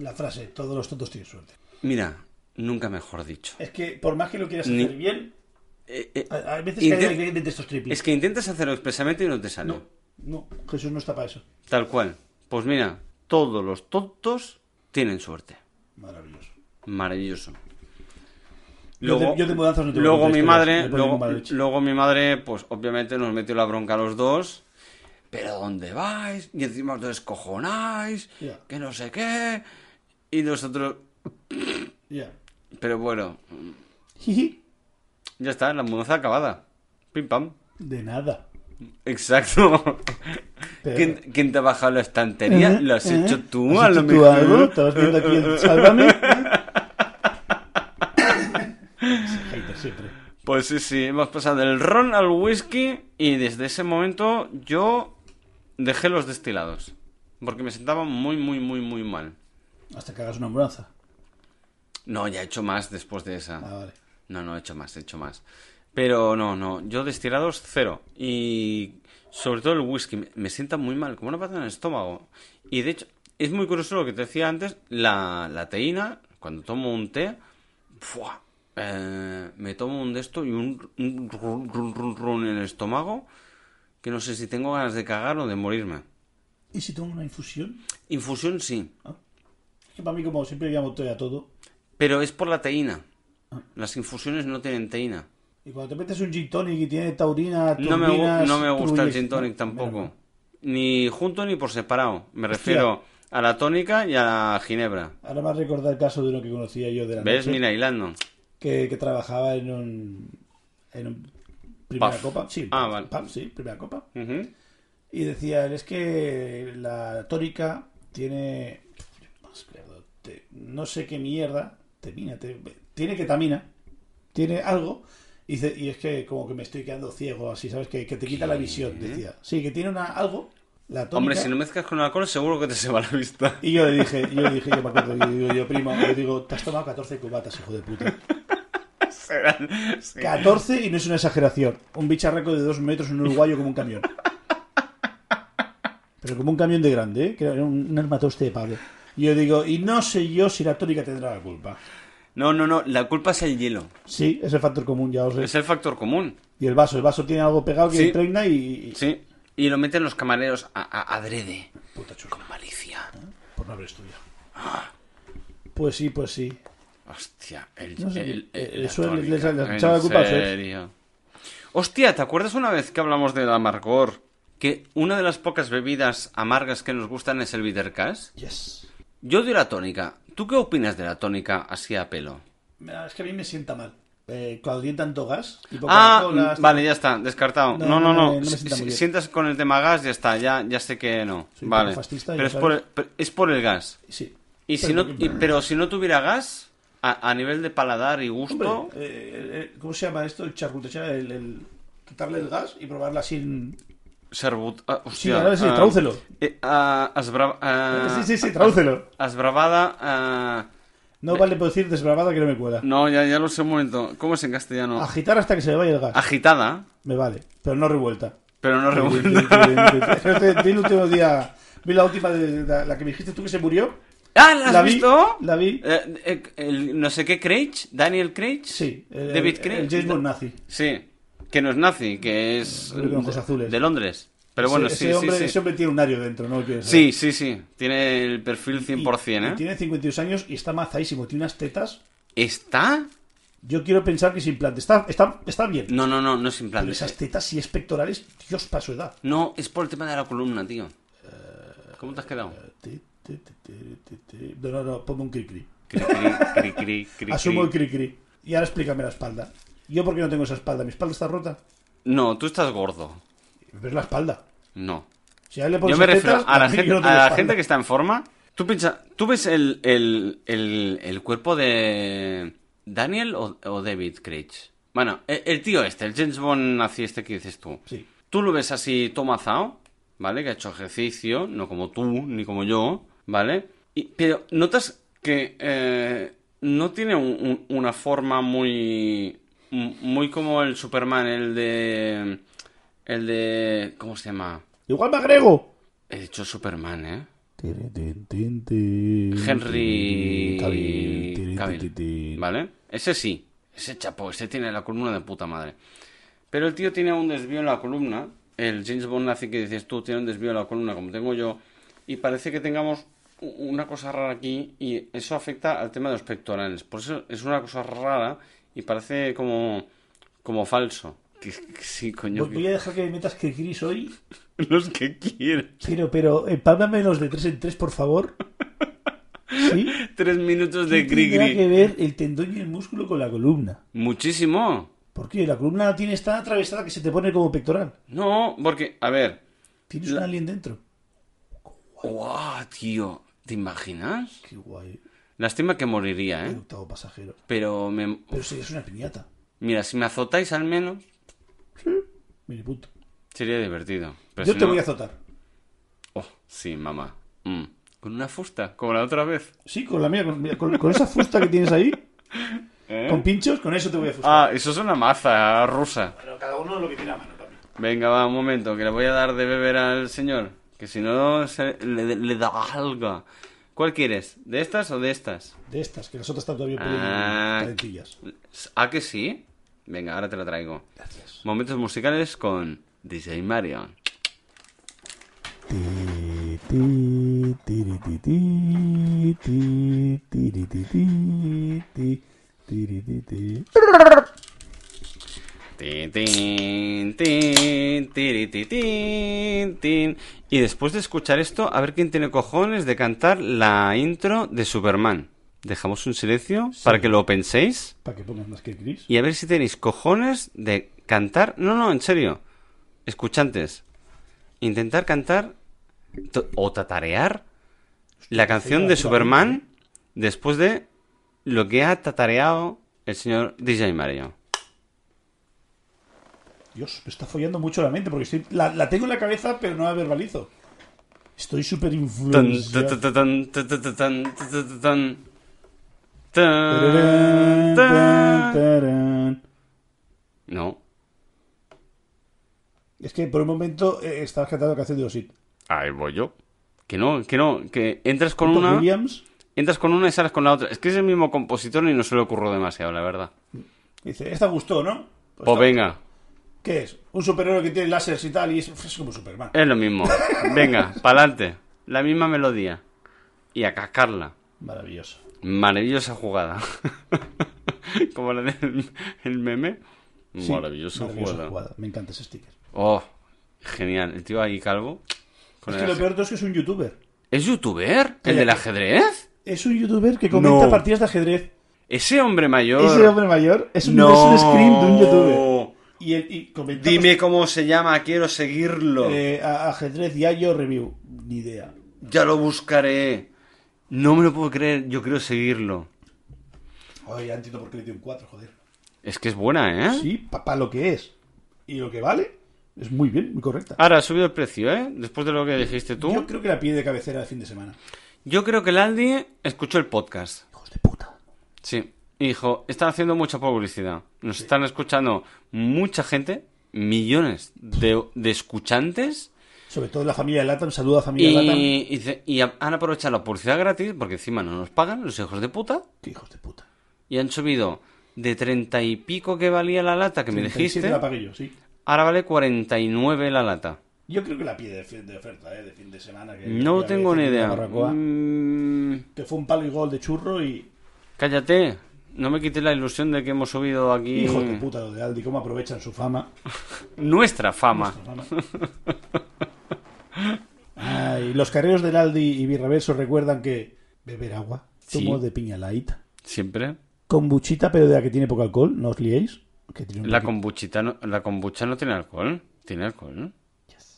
La frase, todos los tontos tienen suerte. Mira, nunca mejor dicho. Es que por más que lo quieras hacer Ni- bien, Eh, eh, a, a veces Inten- cae el ingrediente de estos triples. es que intentas hacerlo expresamente y no te sale. No, no, Jesús no está para eso. Tal cual. Pues mira, todos los tontos tienen suerte. Maravilloso. Maravilloso. Yo de- yo de mudanzas no tengo luego muchas mi historias, madre, me pone muy luego, mala leche. luego mi madre, pues obviamente nos metió la bronca a los dos. Pero ¿dónde vais? Y encima os descojonáis, Ya. que no sé qué. Y nosotros, Ya. pero bueno, Jiji. ya está, la mudanza acabada. Pim pam. De nada. Exacto. Pero- ¿Quién, quién te ha bajado la estantería? Ajá, ¿Lo has ajá. hecho tú, ¿Eh? ¿Has a hecho lo tú mejor? algo? ¿Estabas viendo aquí el Sálvame? Sí, hater siempre. Pues sí, sí, hemos pasado del ron al whisky y desde ese momento yo dejé los destilados. Porque me sentaba muy, muy, muy, muy mal. Hasta que hagas una ambulancia. No, ya he hecho más después de esa. Ah, vale. No, no, he hecho más, he hecho más. Pero no, no, yo destilados cero. Y sobre todo el whisky, me- me sienta muy mal, como una pata en el estómago. Y de hecho, es muy curioso lo que te decía antes, la, la teína, cuando tomo un té, ¡fua! Eh, me tomo un de esto y un, un run, run, run, run en el estómago, que no sé si tengo ganas de cagar o de morirme. ¿Y si tomo una infusión? Infusión sí, Es que para mí, como siempre llamo todo a todo. pero es por la teína. Las infusiones no tienen teína. Y cuando te metes un gin tonic y tiene taurina, No me, gu- turbinas, no me gusta el turbinas- gin tonic No, tampoco. menos Ni junto ni por separado. Me Hostia. refiero a la tónica y a la ginebra. mal. Ahora me has recordado el caso de uno que conocía yo de la ¿Ves? noche, Mira, hilando. que, que trabajaba en un... En un primera Pub. copa. Sí, Ah, pub, vale. pub, sí, primera copa. Ujú. Y decía, es que la tónica tiene... te- No sé qué mierda. Temina, te- tiene ketamina. Tiene algo. Y, dice, y es que como que me estoy quedando ciego, así, ¿sabes? Que, que te quita la visión, decía. Sí, que tiene una, algo. La tónica. Hombre, si no mezclas con alcohol, seguro que te se va la vista. Y yo le dije, yo le dije, yo me acuerdo, yo digo, yo primo, le digo, te has tomado 14 cubatas, hijo de puta. Serán- sí. 14 y no es una exageración. Un bicharraco de 2 metros, un uruguayo como un camión. Pero como un camión de grande, ¿eh? que era un, un armatoste de Pablo. Y Yo digo, y no sé yo si la tónica tendrá la culpa. No, no, no. La culpa es el hielo. Sí, es el factor común, ya os Es sé. el factor común. Y el vaso, el vaso tiene algo pegado que Sí. impregna y... y- Sí. Y lo meten los camareros a, a- adrede. Puta chusca, Con malicia. por no haber estudiado. Pues sí, pues sí. Hostia. El, No sé, el- eh, el- el Suez le- tónica. le- le En echaba la culpa al Suez. serio. Hostia, ¿te acuerdas una vez que hablamos del amargor? Que una de las pocas bebidas amargas que nos gustan es el bitter cash. Yes. Yo de la tónica. ¿Tú qué opinas de la tónica así a pelo? Mira, Es que a mí me sienta mal. Eh, cuando tiene tanto gas y poca Ah, Coca-Cola, mm, vale, ya está, descartado. No, No, no, no no. me- no me Si- sienta muy si- bien. sientas con el tema gas, ya está, ya, ya sé que no. Soy un vale. poco fascista, pero ya es por, el, sabes. pero es por el gas. Sí. Y si Pero no, porque- y- pero si no tuviera gas, a, a nivel de paladar y Hombre, gusto, eh, eh, ¿Cómo se llama esto? El charcutería, el, el quitarle el gas y probarla sin. serbut. ah, Sí, hostia, ahora sí, ah, tradúcelo. eh, ah, asbra- ah, sí, sí, sí, tradúcelo. Asbravada. ah, No vale por decir desbravada que no me cuela. no, ya, ya lo sé un momento. ¿Cómo es en castellano? Agitar hasta que se le vaya el gas. Agitada, Me vale, pero no revuelta. pero no revuelta. Pero te- Vi el último día. Vi la última, de, de- la que me dijiste tú que se murió. ¡Ah, la has La vi, visto! la vi. Eh, eh, el no sé qué Craig, Daniel Craig. Sí, el, David el- Craig. el James Bond nazi. Sí, que no es nazi, que es Hombre con ojos de- azules. de Londres. Pero bueno, Ese- sí, ese sí, hombre, sí. Ese hombre tiene un ario dentro, ¿no? Que- Sí, sí, sí. Tiene el perfil Y- 100%, y ¿eh? Tiene 52 años y está mazaísimo. Tiene unas tetas. ¿Está? Yo quiero pensar que es implante. Está, está, está bien. No, no, no, no es en plan. este. Pero esas tetas y es pectorales, Dios, para su edad. No, es por el tema de la columna, tío. ¿Cómo te has quedado? Ti, ti, ti, ti, ti, ti. No, no, no, ponme un cri-cri. Cri, cri, cri, cri, cri, Asumo el cri. cri-cri. Y ahora explícame la espalda. ¿Yo por qué no tengo esa espalda? ¿Mi espalda está rota? No, tú estás gordo. Pero es la espalda. No. Si a él le Yo pones me esas refiero tetas, a la mí gente, yo no tengo a la espalda. gente que está en forma. Tú, piensa, ¿tú ves el, el, el, el cuerpo de Daniel o, o David Craig. Bueno, el, el tío este, el James Bond nazi este que dices tú. Sí. Tú lo ves así tomazao, ¿vale? Que ha hecho ejercicio, no como tú, ni como yo, ¿vale? Y- pero notas que eh, no tiene un- un- una forma muy... Muy como el Superman, el de... El de... ¿Cómo se llama? Igual me agrego. He dicho Superman, ¿eh? Tiri, tin, tin, tin, Henry tin, Cavill, tiri, Cavill, tin, tin, tin. ¿Vale? Ese sí. Ese chapó. Ese tiene la columna de puta madre. Pero el tío tiene un desvío en la columna. El James Bond así que dices tú tiene un desvío en la columna como tengo yo. Y parece que tengamos u- una cosa rara aquí. Y eso afecta al tema de los pectorales. Por eso es una cosa rara y parece como, como falso. Que- que sí, coño. Voy, voy que- a dejar que me metas que gris hoy. los que quieren. Pero, pero, empálmame los de 3 en 3, por favor. ¿Sí? Tres minutos de ¿Qué tendrá que gris ver el tendón y el músculo con la columna? Muchísimo. ¿Por qué? La columna la tiene está atravesada que se te pone como pectoral. No, porque, a ver. Tienes La- un alien dentro. ¡Guau, tío! ¿Te imaginas? Qué guay. Lástima que moriría, El ¿eh? octavo pasajero. Pero me... Pero si es una piñata. Mira, si me azotáis al menos, Mire, punto. sería divertido. Pero Yo si te no- voy a azotar. Oh, sí, mamá. Mm. Con una fusta, como la otra vez. Sí, con la mía, con, mira, con- con esa fusta que tienes ahí, ¿Eh? con pinchos, con eso te voy a fustar. Ah, eso es una maza rusa. Pero cada uno lo que tiene a mano también. Venga, va, un momento, que le voy a dar de beber al señor. Que si no, se- le, le da algo. ¿Cuál quieres? ¿De estas o de estas? De estas, que las otras están todavía por Ah. calentillas. ¿A que sí? Venga, ahora te la traigo. Gracias. Momentos musicales con DJ Marion. Ti, ti, tiri, ti, ti, ti, tiri, ti, ti, ti, tiri, ti, ti. Tin, tin, tin, tiri, ti, tin, tin. Y después de escuchar esto, a ver quién tiene cojones de cantar la intro de Superman. Dejamos un silencio para que lo penséis Para que pongas más que gris. y a ver si tenéis cojones de cantar. No, no, en serio. Escuchantes, intentar cantar to- o tatarear la canción de Superman después de lo que ha tatareado el señor DJ Mario. Dios, me está follando mucho la mente porque estoy, la, la tengo en la cabeza pero no la verbalizo. Estoy súper Tan, influenciado. tan, tan, tan, tan, tan, tan, tan, tan. No. Es que por un momento eh, estabas cantando la canción de Osit. Ahí voy yo. Que no, que no, que entras con Tom una, Williams entras con una y sales con la otra. Es que es el mismo compositor y no se le ocurrió demasiado, la verdad. dice, esta gustó, ¿no? Pues Pues está- venga, ¿Qué es? Un superhéroe que tiene láseres y tal y es, es como Superman. es lo mismo. Venga, pa'lante. La misma melodía. Y a cascarla. Maravilloso. Maravillosa jugada. Como la del el meme. Sí, Maravillosa maravillosa jugada. jugada. Me encanta ese sticker. Oh, genial. El tío ahí calvo. con es el que lo aje- peor de todo es que es un youtuber. ¿Es youtuber? ¿El Cállate. del ajedrez? Es un youtuber que comenta No. partidas de ajedrez. Ese hombre mayor. Ese hombre mayor es un, no. es un screen de un youtuber. Y, él- y comenta Dime cómo se llama, quiero seguirlo. Eh, a- ajedrez Yayo Review. Ni idea. Ya lo buscaré. No me lo puedo creer, yo quiero seguirlo. Ay, ya entiendo por qué le dio un 4, joder. Es que es buena, ¿eh? Sí, para lo que es. Y lo que vale, es muy bien, muy correcta. Ahora, ha subido el precio, ¿eh? Después de lo que dijiste tú. Yo creo que la pide de cabecera de fin de semana. Yo creo que el Aldi escuchó el podcast. Hijos de puta. Sí. Hijo, están haciendo mucha publicidad. Nos están escuchando mucha gente, millones de, de escuchantes. Sobre todo la familia Latam, saluda a familia Latam. Y, y dice- y ha- han aprovechado la publicidad gratis, porque encima no nos pagan, los hijos de puta. Qué hijos de puta. Y han subido de treinta y pico que valía la lata que me 37 dijiste. la pagué yo, sí. Ahora vale 49 la lata. Yo creo que la pide de, fin- de oferta, ¿eh? De fin de semana. Que No que tengo había ni hecho una idea. barbacoa. Mm, Que fue un palo y gol de churro y... cállate. No me quites la ilusión de que hemos subido aquí Hijos de puta lo de Aldi, cómo aprovechan su fama. nuestra fama. Ay, los carreros del Aldi y Birreverso recuerdan que beber agua, Sí. zumo de piña light, Siempre. kombuchita, pero de la que tiene poco alcohol, no os liéis. Que tiene un La poquito- kombuchita no, la kombucha no tiene alcohol. ¿Tiene alcohol?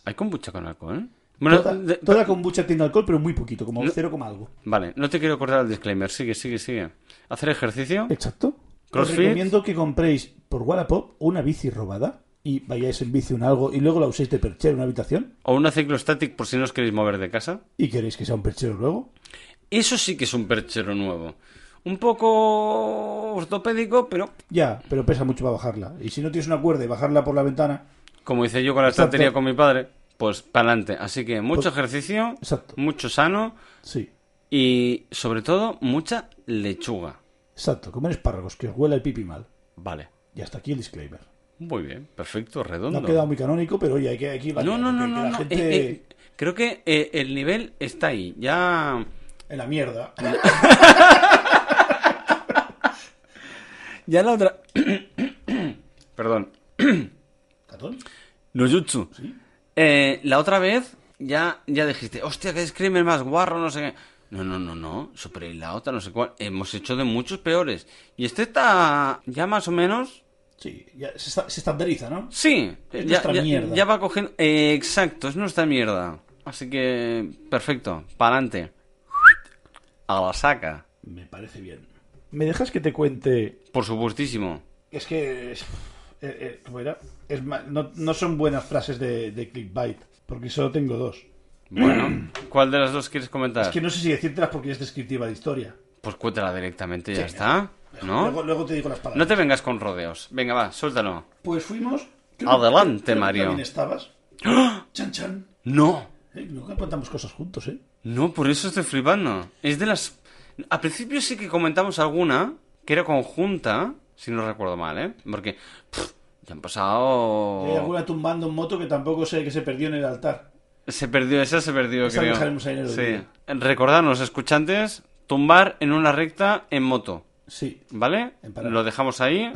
¿Hay kombucha con alcohol? Bueno, toda, de- toda kombucha tiene alcohol, pero muy poquito, como 0, algo. vale, no te quiero cortar el disclaimer. Sigue, sigue, sigue. Hacer ejercicio. Exacto. Crossfit. Os recomiendo que compréis por Wallapop una bici robada y vayáis en bici un algo y luego la uséis de perchero en una habitación O una ciclostatic por si no os queréis mover de casa. y queréis que sea un perchero luego. Eso sí que es un perchero nuevo. Un poco ortopédico, pero Ya, pero pesa mucho para bajarla. Y si no tienes una cuerda y bajarla por la ventana, como hice yo con la Exacto. estantería con mi padre, Pues para adelante. Así que mucho Pues- ejercicio, Exacto. mucho sano Sí, y sobre todo mucha lechuga. exacto. Comer espárragos, que os huela el pipi mal. Vale. Y hasta aquí el disclaimer. Muy bien, perfecto, No redondo. ha quedado muy canónico, pero oye, hay que, hay que ir no, no, variando, no, que- que no, La no. gente Eh, eh, creo que eh, el nivel está ahí. Ya, en la mierda. ya la otra. Perdón. ¿Catón? No jutsu. Eh, la otra vez ya, ya dijiste, hostia, qué screamer más guarro, no sé qué. No, no, no, no. Super otra no sé cuál. Hemos hecho de muchos peores. Y este está ya más o menos. Sí, ya se, esta- se estandariza, ¿no? Sí, Es ya, nuestra ya- mierda. ya va cogiendo. eh, exacto, es nuestra mierda. Así que, perfecto, para adelante. A la saca, Me parece bien. ¿Me dejas que te cuente? por supuestísimo. Es que. Es, eh, eh, ¿cómo era? Es ma- no, no son buenas frases de, de clickbait, porque solo tengo dos. Bueno, ¿cuál de las dos quieres comentar? Es que no sé si decírtelas porque es descriptiva de historia. Pues cuéntala directamente y ya Sí, está. Luego, ¿No? luego te digo las palabras. No te vengas con rodeos. Venga, va, suéltalo. Pues fuimos. Adelante, creo que Mario. ¡Ah! También estabas. Chan, chan. No, Eh, nunca contamos cosas juntos, ¿eh? no, por eso estoy flipando. Es de las. Al principio sí que comentamos alguna, que era conjunta, si no recuerdo mal, ¿eh? Porque. pff, ya han Hay pasado. alguna tumbando en moto que tampoco sé que se perdió en el altar. Se perdió, esa se perdió, Esa creo. dejaremos ahí en el sí. olvido. Recordadnos, escuchantes, tumbar en una recta en moto. Sí. ¿Vale? En parada. Lo dejamos ahí.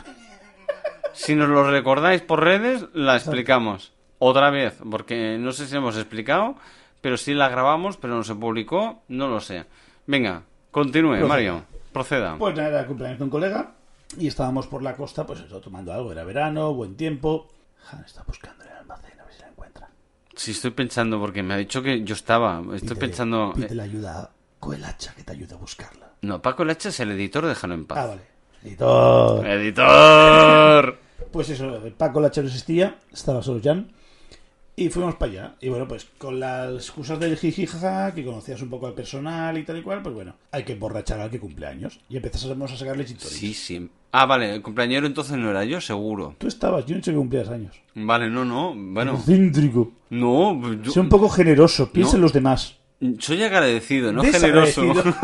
Si nos lo recordáis por redes, la explicamos. Otra vez, porque no sé si hemos explicado, pero sí la grabamos, pero no se publicó, no lo sé. Venga, continúe, Mario. Proceda. Pues nada, era cumpleaños de un colega y estábamos por la costa, pues eso, tomando algo. Era verano, buen tiempo. Han está buscando en el almacén a ver si la encuentra. Si estoy pensando, porque me ha dicho que yo estaba. Estoy Pídele- pensando. eh, Pídele ayuda con el hacha que te ayuda a buscarla. no, Paco Lacha es el editor, déjalo en Ah, paz. vale. Eh. Editor. ¡Editor! Pues eso, Paco Lacha no existía, estaba solo Jan. Y fuimos para allá. Y bueno, pues con las excusas del jiji, jaja, que conocías un poco al personal y tal y cual, pues bueno, hay que borrachar al que cumple años. Y empezamos a sacarle chistes. Sí, sí. Ah, vale, el cumpleañero entonces no era yo, seguro. Tú estabas, yo no sé que cumplías años. Vale, no, no. Bueno, Cíndrico. no. yo- Sé un poco generoso, piensa No. en los demás. Soy agradecido, no generoso. Desagradecido.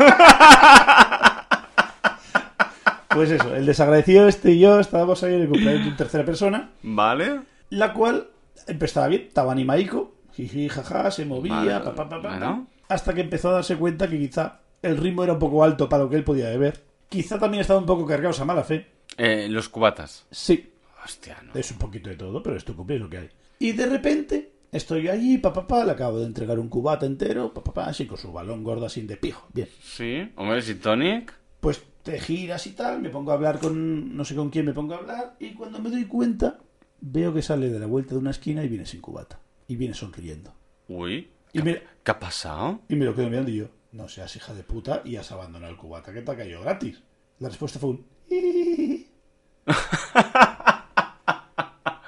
pues eso, el desagradecido este y yo estábamos ahí en el cumpleaños de una tercera persona. ¿Vale? La cual empezaba bien, estaba animaico, jiji, jaja, se movía, Vale, pa, pa, pa, pa, bueno. pa, hasta que empezó a darse cuenta que quizá el ritmo era un poco alto para lo que él podía beber. Quizá también estaba un poco cargados a mala fe. Eh, los cubatas. Sí, Hostia, no. es un poquito de todo, pero esto cumple lo que hay. Y de repente estoy allí, pa, pa, pa, le acabo de entregar un cubata entero, pa, pa, pa, así con su balón gordo así de pijo. Bien. Sí. Hombre, si Tonic. Pues te giras y tal, me pongo a hablar con no sé con quién me pongo a hablar y cuando me doy cuenta veo que sale de la vuelta de una esquina y viene sin cubata y viene sonriendo. Uy. Y me, ¿Qué ha pasado? y me lo quedo mirando y yo, no seas hija de puta y has abandonado el cubata que te ha caído gratis. La respuesta fue un...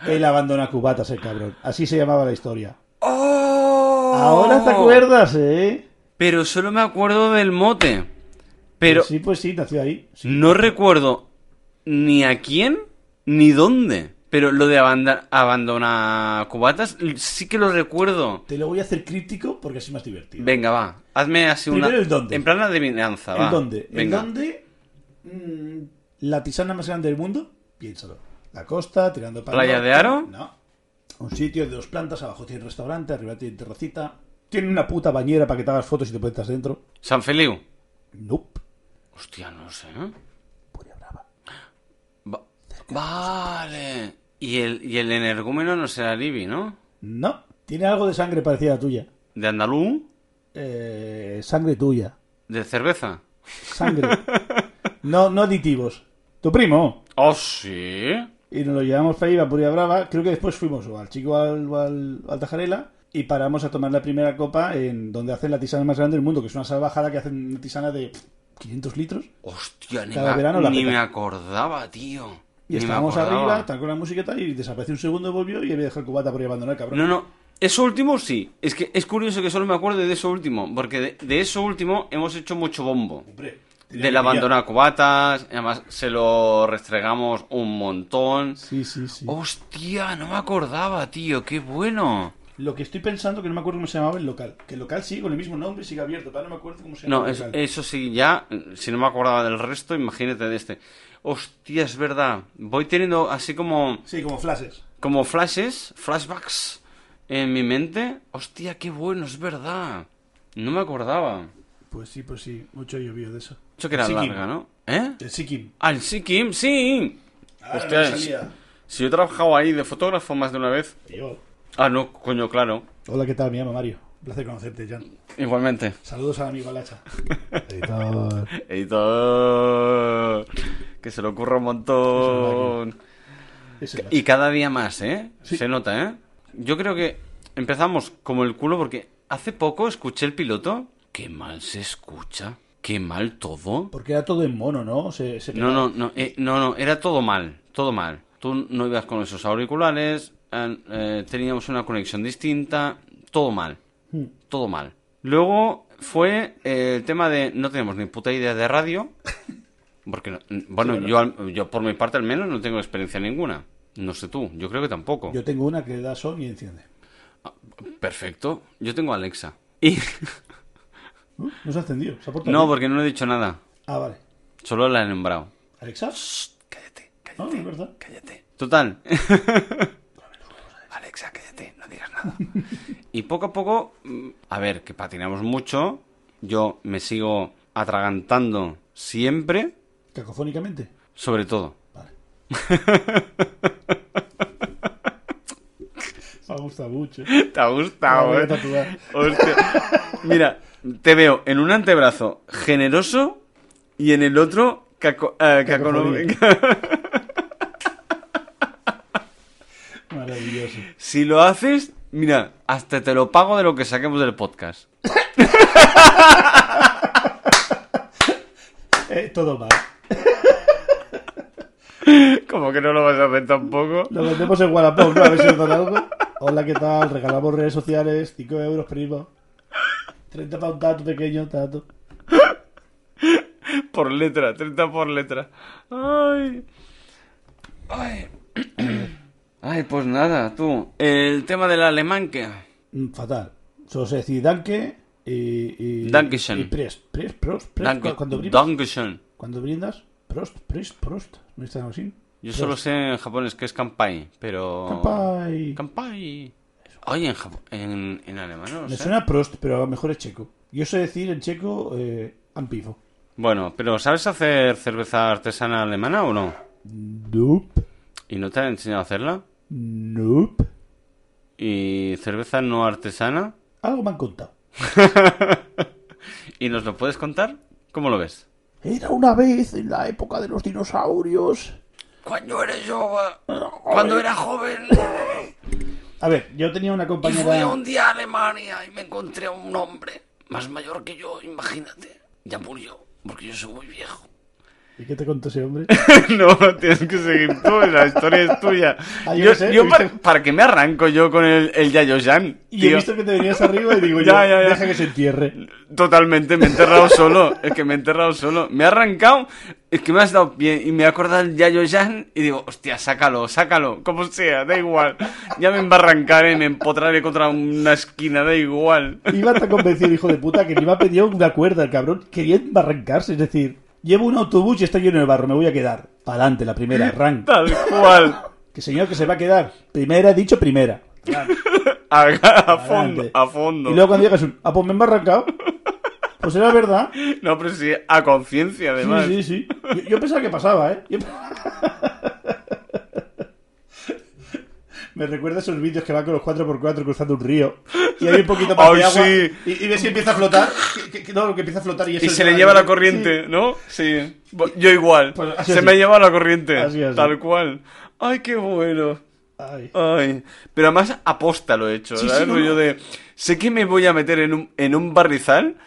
Él abandona cubatas, el cabrón. Así se llamaba la historia. ¡Oh! Ahora te acuerdas, ¿eh? Pero solo me acuerdo del mote. Pero Sí, pues sí, nació ahí. Sí. no recuerdo ni a quién ni dónde. Pero lo de abanda- abandona cubatas l- sí que lo recuerdo. Te lo voy a hacer crítico porque así es más divertido. Venga, va. Hazme así una. Primero el dónde. En plan adivinanza, Ah, va. ¿En dónde? ¿En Venga. dónde? mm, ¿La tisana más grande del mundo? Piénsalo. La costa, tirando para... el ¿Playa norte. de Aro? No. Un sitio de dos plantas, abajo tiene restaurante, arriba tiene terracita. Tiene una puta bañera para que te hagas fotos y te puestas dentro. San Feliu. Nope. Hostia, no lo sé, ¿eh? Furia brava. Va- vale. Y el, y el energúmeno no será Libby, ¿no? No. Tiene algo de sangre parecida a la tuya. ¿De andaluz? Eh, sangre tuya. ¿De cerveza? Sangre. No, no aditivos. Tu primo. Oh, sí. Y nos lo llevamos para ahí, a Puria Brava. Creo que después fuimos o al chico al, o al, al Tajarela y paramos a tomar la primera copa en donde hacen la tisana más grande del mundo, que es una salvajada que hacen una tisana de 500 litros. Hostia, ni, Cada me, verano la ni peta. me acordaba, tío. Y Ni me estábamos acordaba. arriba, tal con la música y tal, y desapareció un segundo, volvió y había dejado el cubata por ahí abandonado, cabrón. No, no. Eso último sí. Es que es curioso que solo me acuerde de eso último. Porque de, de eso último hemos hecho mucho bombo. Hombre, tenía Del que abandono a cubatas. Además, se lo restregamos un montón. Oh. pillar. Sí, sí, sí. Hostia, no me acordaba, tío. Qué bueno. Lo que estoy pensando, que no me acuerdo cómo se llamaba el local. Que el local sigue con el mismo nombre, sigue abierto, pero no me acuerdo cómo se No, llamaba. es- eso sí, ya, si no me acordaba del resto, imagínate de este. Hostia, es verdad. Voy teniendo así como, Sí, como flashes. como flashes, flashbacks en mi mente. Hostia, qué bueno, es verdad. No me acordaba. Pues sí, pues sí, mucho llovió de eso. Eso que era Sikkim. larga, ¿no? ¿Eh? El Sikkim. Al Sikkim, sí. Ah, Hostia, no es- salía. Si yo he trabajado ahí de fotógrafo más de una vez. Tío. Ah, no, coño, claro. Hola, ¿qué tal? Me llamo Mario. Un placer conocerte, Jan. Igualmente. Saludos al amigo Alacha. Editor. Editor. Que se le ocurra un montón. Ese es Y cada día más, ¿eh? Sí. Se nota, ¿eh? Yo creo que empezamos como el culo porque hace poco escuché el piloto. Qué mal se escucha. Qué mal todo. Porque era todo en mono, ¿no? Se, se No, no, no, eh, no, no, era todo mal, todo mal. Tú no ibas con esos auriculares, eh, eh, teníamos una conexión distinta, todo mal, Hmm. todo mal. Luego fue eh, el tema de no tenemos ni puta idea de radio, porque, no- bueno, yo, al- yo por mi parte al menos no tengo experiencia ninguna. No sé tú, yo creo que tampoco. Yo tengo una que le da son y enciende. Perfecto, yo tengo Alexa. Y... ¿No? No se ha encendido, se ha portado No, bien. porque no he dicho nada, Ah, vale. solo la he nombrado. ¿Alexa? Cállate, cállate. No, es verdad. Cállate. Total. Alexa, cállate, no digas nada. Y poco a poco, mm, a ver, que patinamos mucho. Yo me sigo atragantando siempre, Cacofónicamente. sobre todo. Vale. Me gusta mucho. Te ha Me gustado, voy a eh. tatuar. Hostia. Mira, te veo en un antebrazo generoso y en el otro caco- eh, Cacofonía. cacono- Maravilloso. Si lo haces, mira, hasta te lo pago de lo que saquemos del podcast. Eh, todo mal. Como que no lo vas a hacer tampoco. Lo vendemos en Wallapop, ¿no? A ver si nos dan algo. Hola, ¿qué tal? Regalamos redes sociales, 5 euros, primo. 30 para un tato pequeño, tato. Por letra, 30 por letra. Ay. Ay. Ay, pues nada, tú. El tema del alemán que. Mm, Fatal. Solo sé decir danke y... y Dankeschön. Y pres, pres, prost, pres. Danke- Cuando brindas, Dankeschön. cuando brindas, prost, pres, prost. ¿No está así? Yo solo sé en japonés que es kampai, pero. Kampai. Kampai. Ay, en, Japo- en, en alemán no lo Me sé. suena prost, pero a lo mejor es checo. Yo sé decir en checo eh, ampifo. Bueno, pero ¿sabes hacer cerveza artesana alemana o no? Nope. ¿Y no te han enseñado a hacerla? Nope. ¿Y cerveza no artesana? Algo me han contado. ¿Y nos lo puedes contar? ¿Cómo lo ves? Era una vez en la época de los dinosaurios. Cuando eres yo, cuando era joven, A ver, yo tenía una y fui compañera. un día a Alemania y me encontré a un hombre más mayor que yo, imagínate. Ya murió, porque yo soy muy viejo. ¿Y qué te contó ese hombre? No, tienes que seguir tú, la historia es tuya. Ah, yo yo, no sé, yo he para, visto- ¿para qué me arranco yo con el, el Yayo Jan? Y he tío? visto que te venías arriba y digo, yo, Ya, ya, ya. deja que se entierre. Totalmente, me he enterrado solo. Es que me he enterrado solo. Me ha arrancado, es que me has dado pie y me he acordado el Yayo Jan y digo, hostia, sácalo, sácalo, como sea, da igual. Ya me embarrancaré, me empotraré contra una esquina, da igual. Iba tan convencido, hijo de puta, que me iba a pedir una cuerda, el cabrón. Quería embarrancarse, es decir, llevo un autobús y está lleno de barro, me voy a quedar. Pa'lante, la primera, arranca. Tal cual. Que señor, que se va a quedar. Primera, he dicho primera. A, a fondo, Adelante. a fondo. Y luego cuando llegas, un, ah, pues me he embarrancado. Pues era verdad. No, pero sí, a conciencia, además. Sí, sí, sí. Yo, yo pensaba que pasaba, ¿eh? Yo- Me recuerda a esos vídeos que van con los 4x4 cruzando un río y hay un poquito más Ay, de agua sí. y, y ves si empieza a flotar. Que, que- que- no, que empieza a flotar y, eso Y es se le la- lleva la corriente, ¿no? Sí. Bo- Yo igual. Pues así, Se así. me ha llevado la corriente. Así, así. Tal cual. Ay, qué bueno. Sí. Ay. Ay. Pero además aposta lo he hecho, Sí, ¿sabes? sí, no, Rollo no. de. Sé que me voy a meter en un, en un barrizal,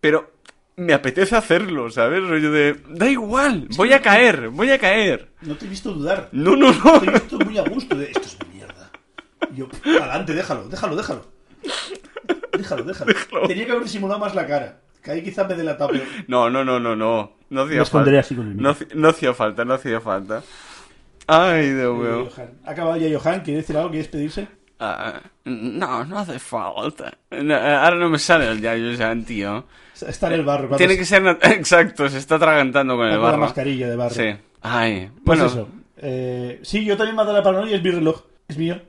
pero me apetece hacerlo, ¿sabes? Rollo de. Da igual, voy a caer, voy a caer. No te he visto dudar. No, no, no. Te he visto muy a gusto. de, Esto es una mierda. Y yo, adelante, déjalo, déjalo, déjalo. Déjalo, déjalo. Tenía que haber disimulado más la cara. Que ahí quizás me delataba. pero- No, no, no, no, no. No hacía Me esconderé falta. así con el no, haci- no hacía falta, no hacía falta. Ay, Dios mío. Johan. Ha acabado ya Johan. ¿Quiere decir algo? ¿Quiere despedirse? "Ah, no, no hace falta. No, ahora no me sale el Yayo San, tío. Está en el barro. Tiene que ser. nat- Exacto, se está atragantando con el con la barro. mascarilla de barro. Sí. Ay, Pues bueno. eso. Eh, sí, yo también me ha dado la paranoia, es mi reloj. Es mío.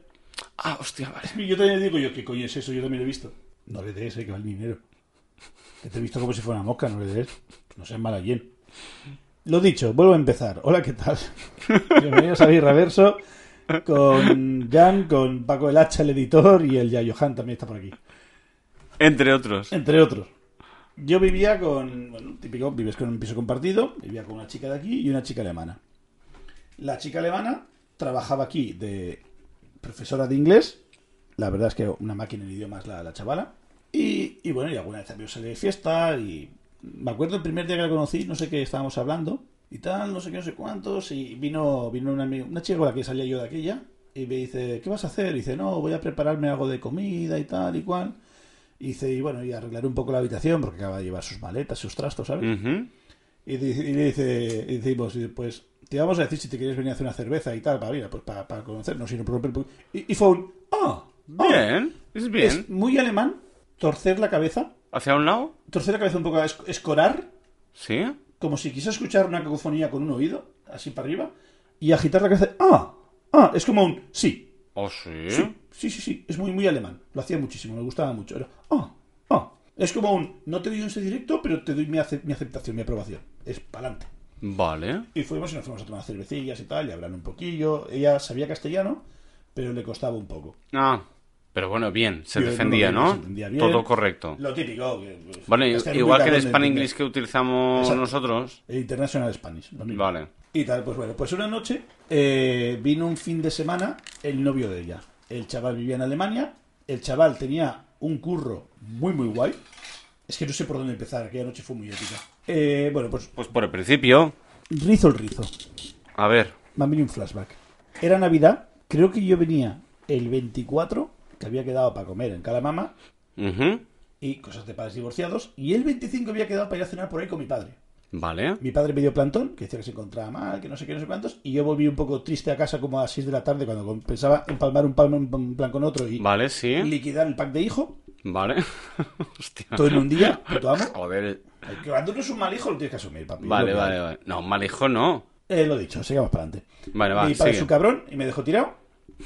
Ah, hostia, vale. Es mío. Yo también digo yo, ¿qué coño es eso? Yo también lo he visto. No le des, eh, que vale dinero. Que te he visto como si fuera una mosca, no le des. No seas mala bien. Lo dicho, vuelvo a empezar. Hola, ¿qué tal? Bienvenidos a Virreverso con Jan, con Paco el Hacha, el editor, y el Yayo Han también está por aquí. Entre otros. Entre otros. Yo vivía con. Bueno, típico, vives con un piso compartido. Vivía con una chica de aquí y una chica alemana. La chica alemana trabajaba aquí de profesora de inglés. La verdad es que una máquina en idiomas la, la chavala. Y, y bueno, y alguna vez también salí de fiesta. Y me acuerdo el primer día que la conocí, no sé qué estábamos hablando. Y tal, no sé qué, no sé cuántos. Y vino, vino una, ami- una chica con la que salía yo de aquella. Y me dice, ¿qué vas a hacer? Y dice, no, voy a prepararme algo de comida y tal y cual. Y dice, y bueno, y arreglar un poco la habitación porque acaba de llevar sus maletas, sus trastos, ¿sabes? Ujú. Y, dice- y le dice, y decimos, y pues te vamos a decir si te quieres venir a hacer una cerveza y tal, para mira, pues para, para conocernos y no romper. el pu- Y, y fue un, ah, ah". Bien, es bien. Es muy alemán torcer la cabeza, ¿Hacia un lado? torcer la cabeza un poco, es- escorar, Sí. como si quisiera escuchar una cacofonía con un oído, así para arriba, y agitar la cabeza, ah, ah, es como un, sí, ¿Oh, sí? Sí, sí, sí, sí. Es muy, muy alemán. Lo hacía muchísimo, me gustaba mucho. Era, ah, ah. Es como un, no te doy un sí directo, pero te doy mi, ace- mi aceptación, mi aprobación. Es pa'lante. Vale. Y fuimos y nos fuimos a tomar cervecillas y tal, y hablar un poquillo. Ella sabía castellano, pero le costaba un poco. Ah, pero bueno, bien. Se Yo no lo defendía, vi, ¿no? se defendía bien. Todo correcto. Lo típico. que, pues, Vale, castellano igual muy que el cabrón de Span entender. English que utilizamos Exacto. nosotros. El E International Spanish. lo mismo. Vale. Y tal, pues bueno, pues una noche eh, vino un fin de semana el novio de ella. El chaval vivía en Alemania, el chaval tenía un curro muy, muy guay. Es que no sé por dónde empezar, aquella noche fue muy épica. Eh, bueno, pues Pues por el principio, rizo el rizo. a ver. Me han venido un flashback. Era Navidad, creo que yo venía el 24, que había quedado para comer en Calamama, Ujú. y cosas de padres divorciados, y el 25 había quedado para ir a cenar por ahí con mi padre. Vale. Mi padre me dio plantón, que decía que se encontraba mal, que no sé qué, no sé cuántos, y yo volví un poco triste a casa como a las 6 de la tarde cuando pensaba empalmar un palmo en un plan con otro y Vale, sí. liquidar el pack de hijo, Vale. Hostia. todo en un día, puto amo. Joder. Ay, Que cuando uno es un mal hijo lo tienes que asumir, papi. Vale, Lo que hay. vale, vale. No, mal hijo no. Eh, lo dicho, sigamos para adelante. Vale, va, Mi padre sigue. es un cabrón y me dejó tirado,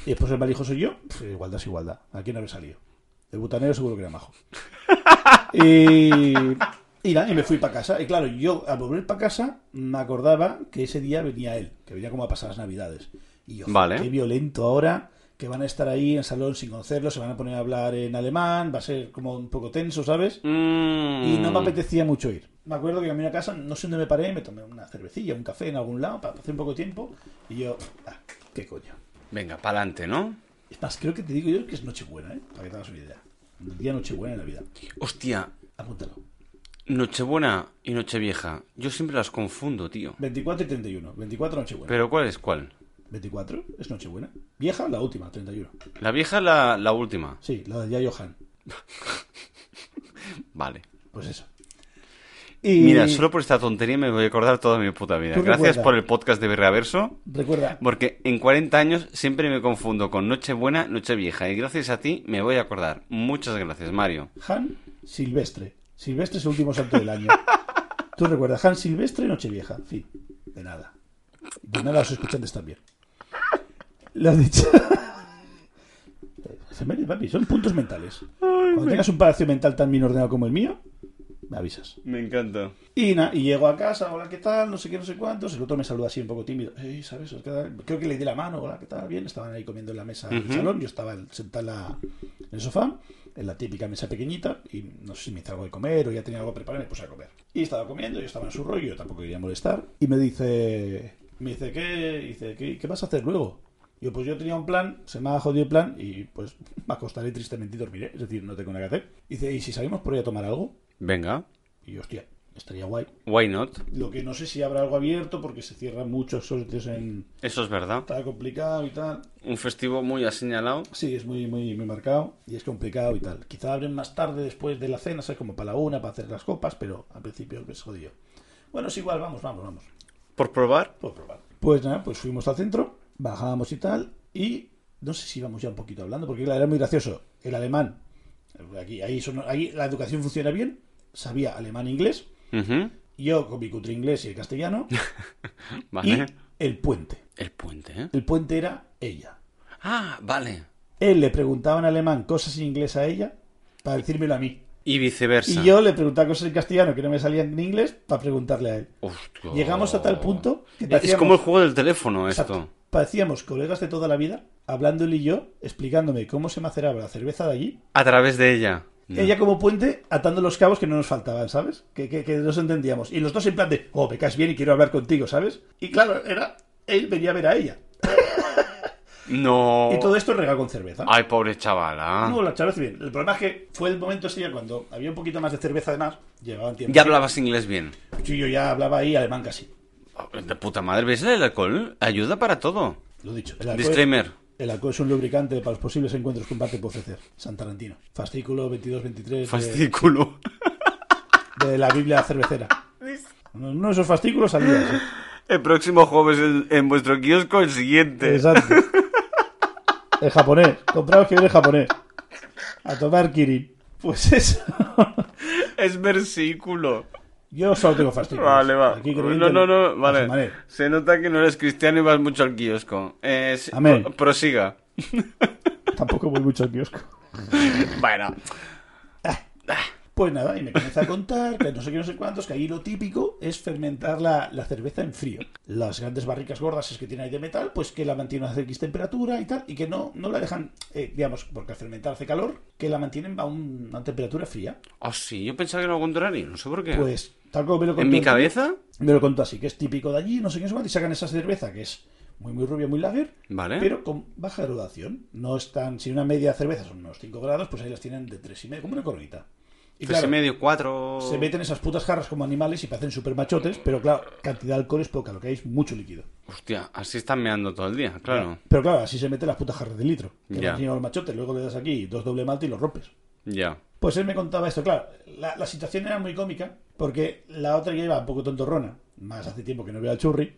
y después el mal hijo soy yo, Pff, igualdad es igualdad, aquí no habré salido. El butanero seguro que era majo. Y, y nada, y me fui para casa. Y claro, yo al volver para casa me acordaba que ese día venía él, que venía como a pasar las navidades. Y yo, Vale. qué violento ahora, que van a estar ahí en el salón sin conocerlo, se van a poner a hablar en alemán, va a ser como un poco tenso, ¿sabes? Mm. Y no me apetecía mucho ir. Me acuerdo que camino a casa, no sé dónde me paré, me tomé una cervecilla, un café en algún lado, para hacer un poco de tiempo. Y yo, ah, qué coño. Venga, pa'lante, ¿no? Es más, creo que te digo yo que es Nochebuena, ¿eh? Para que te hagas una idea. El día Nochebuena en la vida. Hostia. Apúntalo. Nochebuena y Nochevieja. Yo siempre las confundo, tío. 24 y 31. 24 Nochebuena. Pero ¿cuál es cuál? 24 es Nochebuena. Vieja, la última, 31. La vieja es la, la última. Sí, la de Yayo Han. Vale. Pues eso. Y Mira, solo por esta tontería me voy a acordar toda mi puta vida. Tú Gracias recuerda. por el podcast de Berreaverso. recuerda, Porque en 40 años siempre me confundo con Nochebuena, Nochevieja. Y gracias a ti me voy a acordar. Muchas gracias, Mario. Han Silvestre. Silvestre es el último santo del año. Tú recuerdas, Han Silvestre, Nochevieja. Fin. De nada. De nada a los escuchantes también. Lo has dicho. Se me- papi, son puntos mentales. Cuando tengas un palacio mental tan bien ordenado como el mío, me avisas. Me encanta. Y, na- y llego a casa, hola, ¿qué tal? No sé qué, no sé cuántos. El otro me saluda así un poco tímido. "Ey, ¿sabes? ¿Qué tal?". Creo que le di la mano, hola, ¿qué tal? Bien, estaban ahí comiendo en la mesa del Ujú. salón. Yo estaba sentada en, la- en el sofá, en la típica mesa pequeñita. Y no sé si me hizo algo de comer o ya tenía algo preparado y me puse a comer. Y estaba comiendo, yo estaba en su rollo, yo tampoco quería molestar. Y me dice, me dice, ¿qué, dice, ¿qué, qué vas a hacer luego? Yo, pues yo tenía un plan, se me ha jodido el plan y pues me acostaré tristemente y dormiré. Es decir, no tengo nada que hacer. Dice, ¿y si salimos por ahí a tomar algo? Venga. Y yo, hostia, estaría guay. Why not? Lo que no sé si habrá algo abierto porque se cierran muchos socios en. Eso es verdad. Está complicado y tal. Un festivo muy señalado Sí, es muy, muy, muy marcado y es complicado y tal. Quizá abren más tarde después de la cena, ¿sabes? Como para la una, para hacer las copas, pero al principio es jodido. Bueno, es igual, vamos, vamos, vamos. Por probar. Puedo probar. Pues nada, pues fuimos al centro, bajábamos y tal, y No sé si íbamos ya un poquito hablando, porque claro, era muy gracioso. El alemán, aquí, ahí son- ahí la educación funciona bien, sabía alemán e inglés, Ujú, yo con mi cutre inglés y el castellano, Vale. y el puente. El puente, ¿eh? El puente era ella. Ah, vale. Él le preguntaba en alemán cosas en inglés a ella para decírmelo a mí. Y viceversa. Y yo le preguntaba cosas en castellano que no me salían en inglés para preguntarle a él. Hostia. Llegamos a tal punto Oh. que Es parecíamos- como el juego del teléfono esto. Exacto. Parecíamos colegas de toda la vida, hablando él y yo, explicándome cómo se maceraba la cerveza de allí. A través de ella. Ella como puente, atando los cabos que no nos faltaban, ¿sabes? Que, que, que nos entendíamos. Y los dos en plan de, oh, me caes bien y quiero hablar contigo, ¿sabes? Y claro, era, él venía a ver a ella. No. Y todo esto regalo con cerveza. Ay, pobre chavala. No, la charla bien. El problema es que fue el momento ese día cuando había un poquito más de cerveza además, llevaban tiempo. Ya hablabas inglés bien. Sí, yo ya hablaba ahí alemán casi. De puta madre, ¿ves el alcohol? Ayuda para todo. Lo dicho. El alcohol- Disclaimer. El alcohol es un lubricante para los posibles encuentros con Bate Pocecer, San Tarantino. Fascículo 22-23 Fascículo. de, de la Biblia cervecera. Uno de esos fascículos salía. eso. El próximo jueves en, en vuestro kiosco, el siguiente. Exacto. El japonés. Compraos que viene japonés. A tomar Kirin. Pues eso. Es versículo. Yo solo tengo fascículos. Vale, va. pues, Aquí No, no, no, a su vale. manera. Se nota que no eres cristiano y vas mucho al kiosco. Eh, sí, Amén. pro- prosiga. Tampoco voy mucho al kiosco. Bueno. Pues nada, y me comienza a contar que no sé qué, no sé cuántos, que ahí lo típico es fermentar la, la cerveza en frío. Las grandes barricas gordas es que tienen ahí de metal, pues que la mantienen a X temperatura y tal, y que no, no la dejan, eh, digamos, porque al fermentar hace calor, que la mantienen a un- una temperatura fría. Ah, sí, yo pensaba que era lo contrario, no sé por qué. Pues tal como me lo contó en mi el- cabeza, Me lo contó así, que es típico de allí, no sé qué, no sé cuánto, y sacan esa cerveza que es muy, muy rubia, muy lager, vale. pero con baja graduación. No están, si una media cerveza son unos 5 grados, pues ahí las tienen de 3 y medio, como una coronita. Y Tres claro, y Pues medio, cuatro. se meten esas putas jarras como animales y parecen súper machotes, pero claro, cantidad de alcohol es poca, lo que hay es mucho líquido. Hostia, así están meando todo el día, claro. Pero claro, así se meten las putas jarras de litro. Que Ya. van encima los machotes, luego le das aquí dos doble malte y los rompes. Ya. Pues él me contaba esto, claro, la, la situación era muy cómica, porque la otra ya iba un poco tontorrona, más hace tiempo que no veo al churri,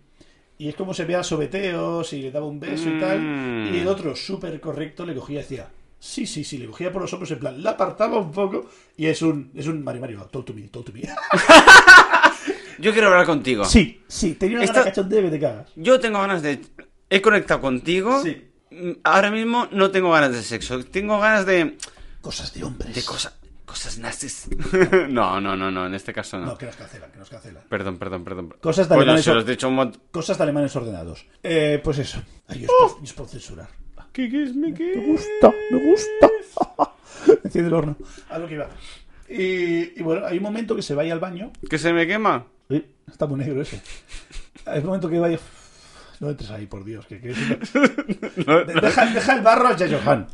y es como se veía sobeteos y le daba un beso y tal, y el otro súper correcto le cogía y decía, sí, sí, sí, le cogía por los hombros en plan, la apartaba un poco, y es un, es un Mario Mario, talk to me, talk to me. Yo quiero hablar contigo. Sí, sí, tenía una Esta- cara cachondeo que te cagas. Yo tengo ganas de. He conectado contigo. Sí. Mm, Ahora mismo no tengo ganas de sexo. Tengo ganas de. Cosas de hombres. de cosas. cosas nazis. no, no, no, no, en este caso no. No, que nos cancelan, que nos cancelan. Perdón, perdón, perdón. Cosas de Coño, alemanes se son- los he dicho un montón. Cosas de alemanes ordenados. Eh, pues eso. Ay, yo es Oh. por- yo es por censurar. Me gusta, me gusta. Enciende el horno. A lo que iba. Y, y bueno, hay un momento que se vaya al baño. ¿Que se me quema? Sí, Está muy negro ese. Hay un momento que vaya. No entres ahí, por Dios. Que, que es una- No, De- Deja, deja el barro a Johan.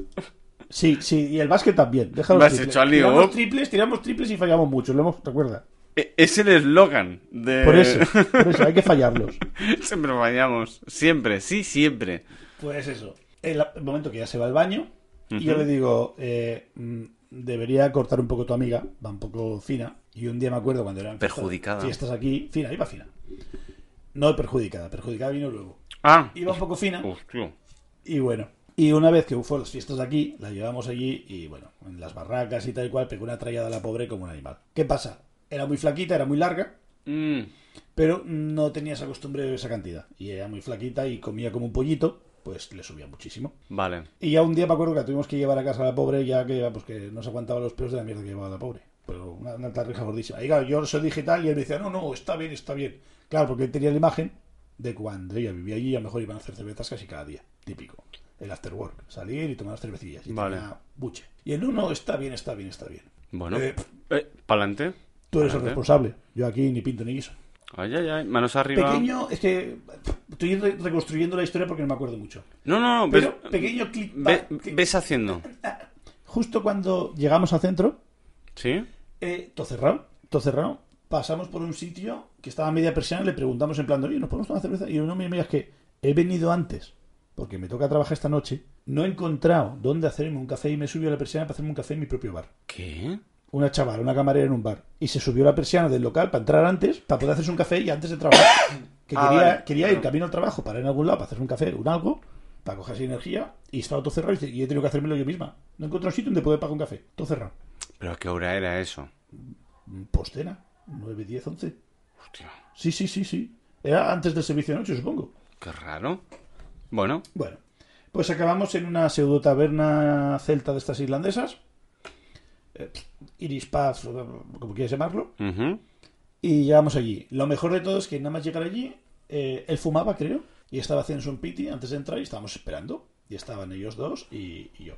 Sí, sí, y el básquet también. Deja los Me has triples. hecho al lío. Tiramos triples, tiramos triples y fallamos mucho. Lo hemos, recuerda. e- Es el eslogan de. Por eso, por eso, hay que fallarlos. Siempre fallamos. Siempre, sí, siempre. Pues eso. El, el momento que ya se va al baño, y yo le digo, eh, mm, debería cortar un poco tu amiga, va un poco fina. Y un día me acuerdo cuando eran fiestas- Perjudicada. Fiestas aquí, fina, iba fina. No perjudicada, perjudicada vino luego. Ah. Iba un poco fina, Hostia. y bueno. Y una vez que fue las fiestas de aquí, la llevamos allí y bueno, en las barracas y tal y cual, pegó una trallada a la pobre como un animal. ¿Qué pasa? Era muy flaquita, era muy larga, Mm. pero no tenía esa costumbre de esa cantidad. Y era muy flaquita y comía como un pollito, pues le subía muchísimo. Vale. Y ya un día me acuerdo que la tuvimos que llevar a casa a la pobre, ya que, pues, que no se aguantaba los pelos de la mierda que llevaba la pobre. Pero una, una tarrija gordísima. Y claro, yo soy digital y él me decía, no, no, está bien, está bien. Claro, porque él tenía la imagen de cuando ella vivía allí y a lo mejor iban a hacer cervezas casi cada día. Típico. El after work. Salir y tomar las cervecillas. Y Vale. tenía buche. Y él, no, no, está bien, está bien, está bien. Bueno. Eh, Eh, ¿Pa'lante? Tú eres el Vale. responsable. Yo aquí ni pinto ni guiso. Ay, ay, ay. Manos arriba. Pequeño, es que pff, estoy re- reconstruyendo la historia porque no me acuerdo mucho. No, no, no. Ves, Pero pequeño clip. ve- que- ves haciendo. ah, Justo cuando llegamos al centro, ¿Sí? Eh, todo cerrado, todo cerrado. Pasamos por un sitio que estaba a media persiana, le preguntamos en plan, oye, ¿nos podemos tomar cerveza? Y uno me mira, es que he venido antes, porque me toca trabajar esta noche, no he encontrado dónde hacerme un café y me subió a la persiana para hacerme un café en mi propio bar. ¿Qué? Una chaval, una camarera en un bar. Y se subió a la persiana del local para entrar antes, para poder hacerse un café y antes de trabajar. Que Ah, quería, vale. quería ir camino al trabajo para ir a algún lado, para hacerse un café, un algo. para coger así energía y estaba todo cerrado y dice, y he tenido que hacérmelo yo misma. No encontré un sitio donde poder pagar un café, todo cerrado. Mm, ¿Pero a qué hora era eso? Postena, 9, 10, 11. Hostia, Sí, sí, sí, sí. Era antes del servicio de noche, supongo. qué raro. Bueno, Bueno, pues acabamos en una pseudo taberna celta de estas irlandesas. Eh, Iris Paz, o como quieras llamarlo. ujú. Y llegamos allí. Lo mejor de todo es que nada más llegar allí, eh, él fumaba, creo, y estaba haciendo un piti antes de entrar y estábamos esperando. Y estaban ellos dos y, y yo.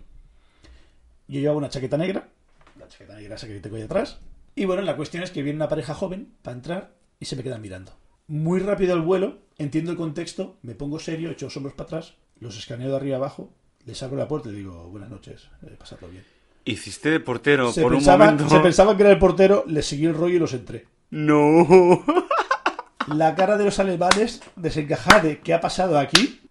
Yo llevaba una chaqueta negra, la chaqueta negra esa que tengo ahí atrás. Y bueno, la cuestión es que viene una pareja joven para entrar y se me quedan mirando. Muy rápido el vuelo, entiendo el contexto, me pongo serio, echo los hombros para atrás, los escaneo de arriba abajo, les abro la puerta y digo, buenas noches, eh, pasadlo bien. Hiciste de portero Se por pensaba- un momento. se pensaban que era el portero, les seguí el rollo y los entré. No. la cara de los alemanes desencajada de qué ha pasado aquí,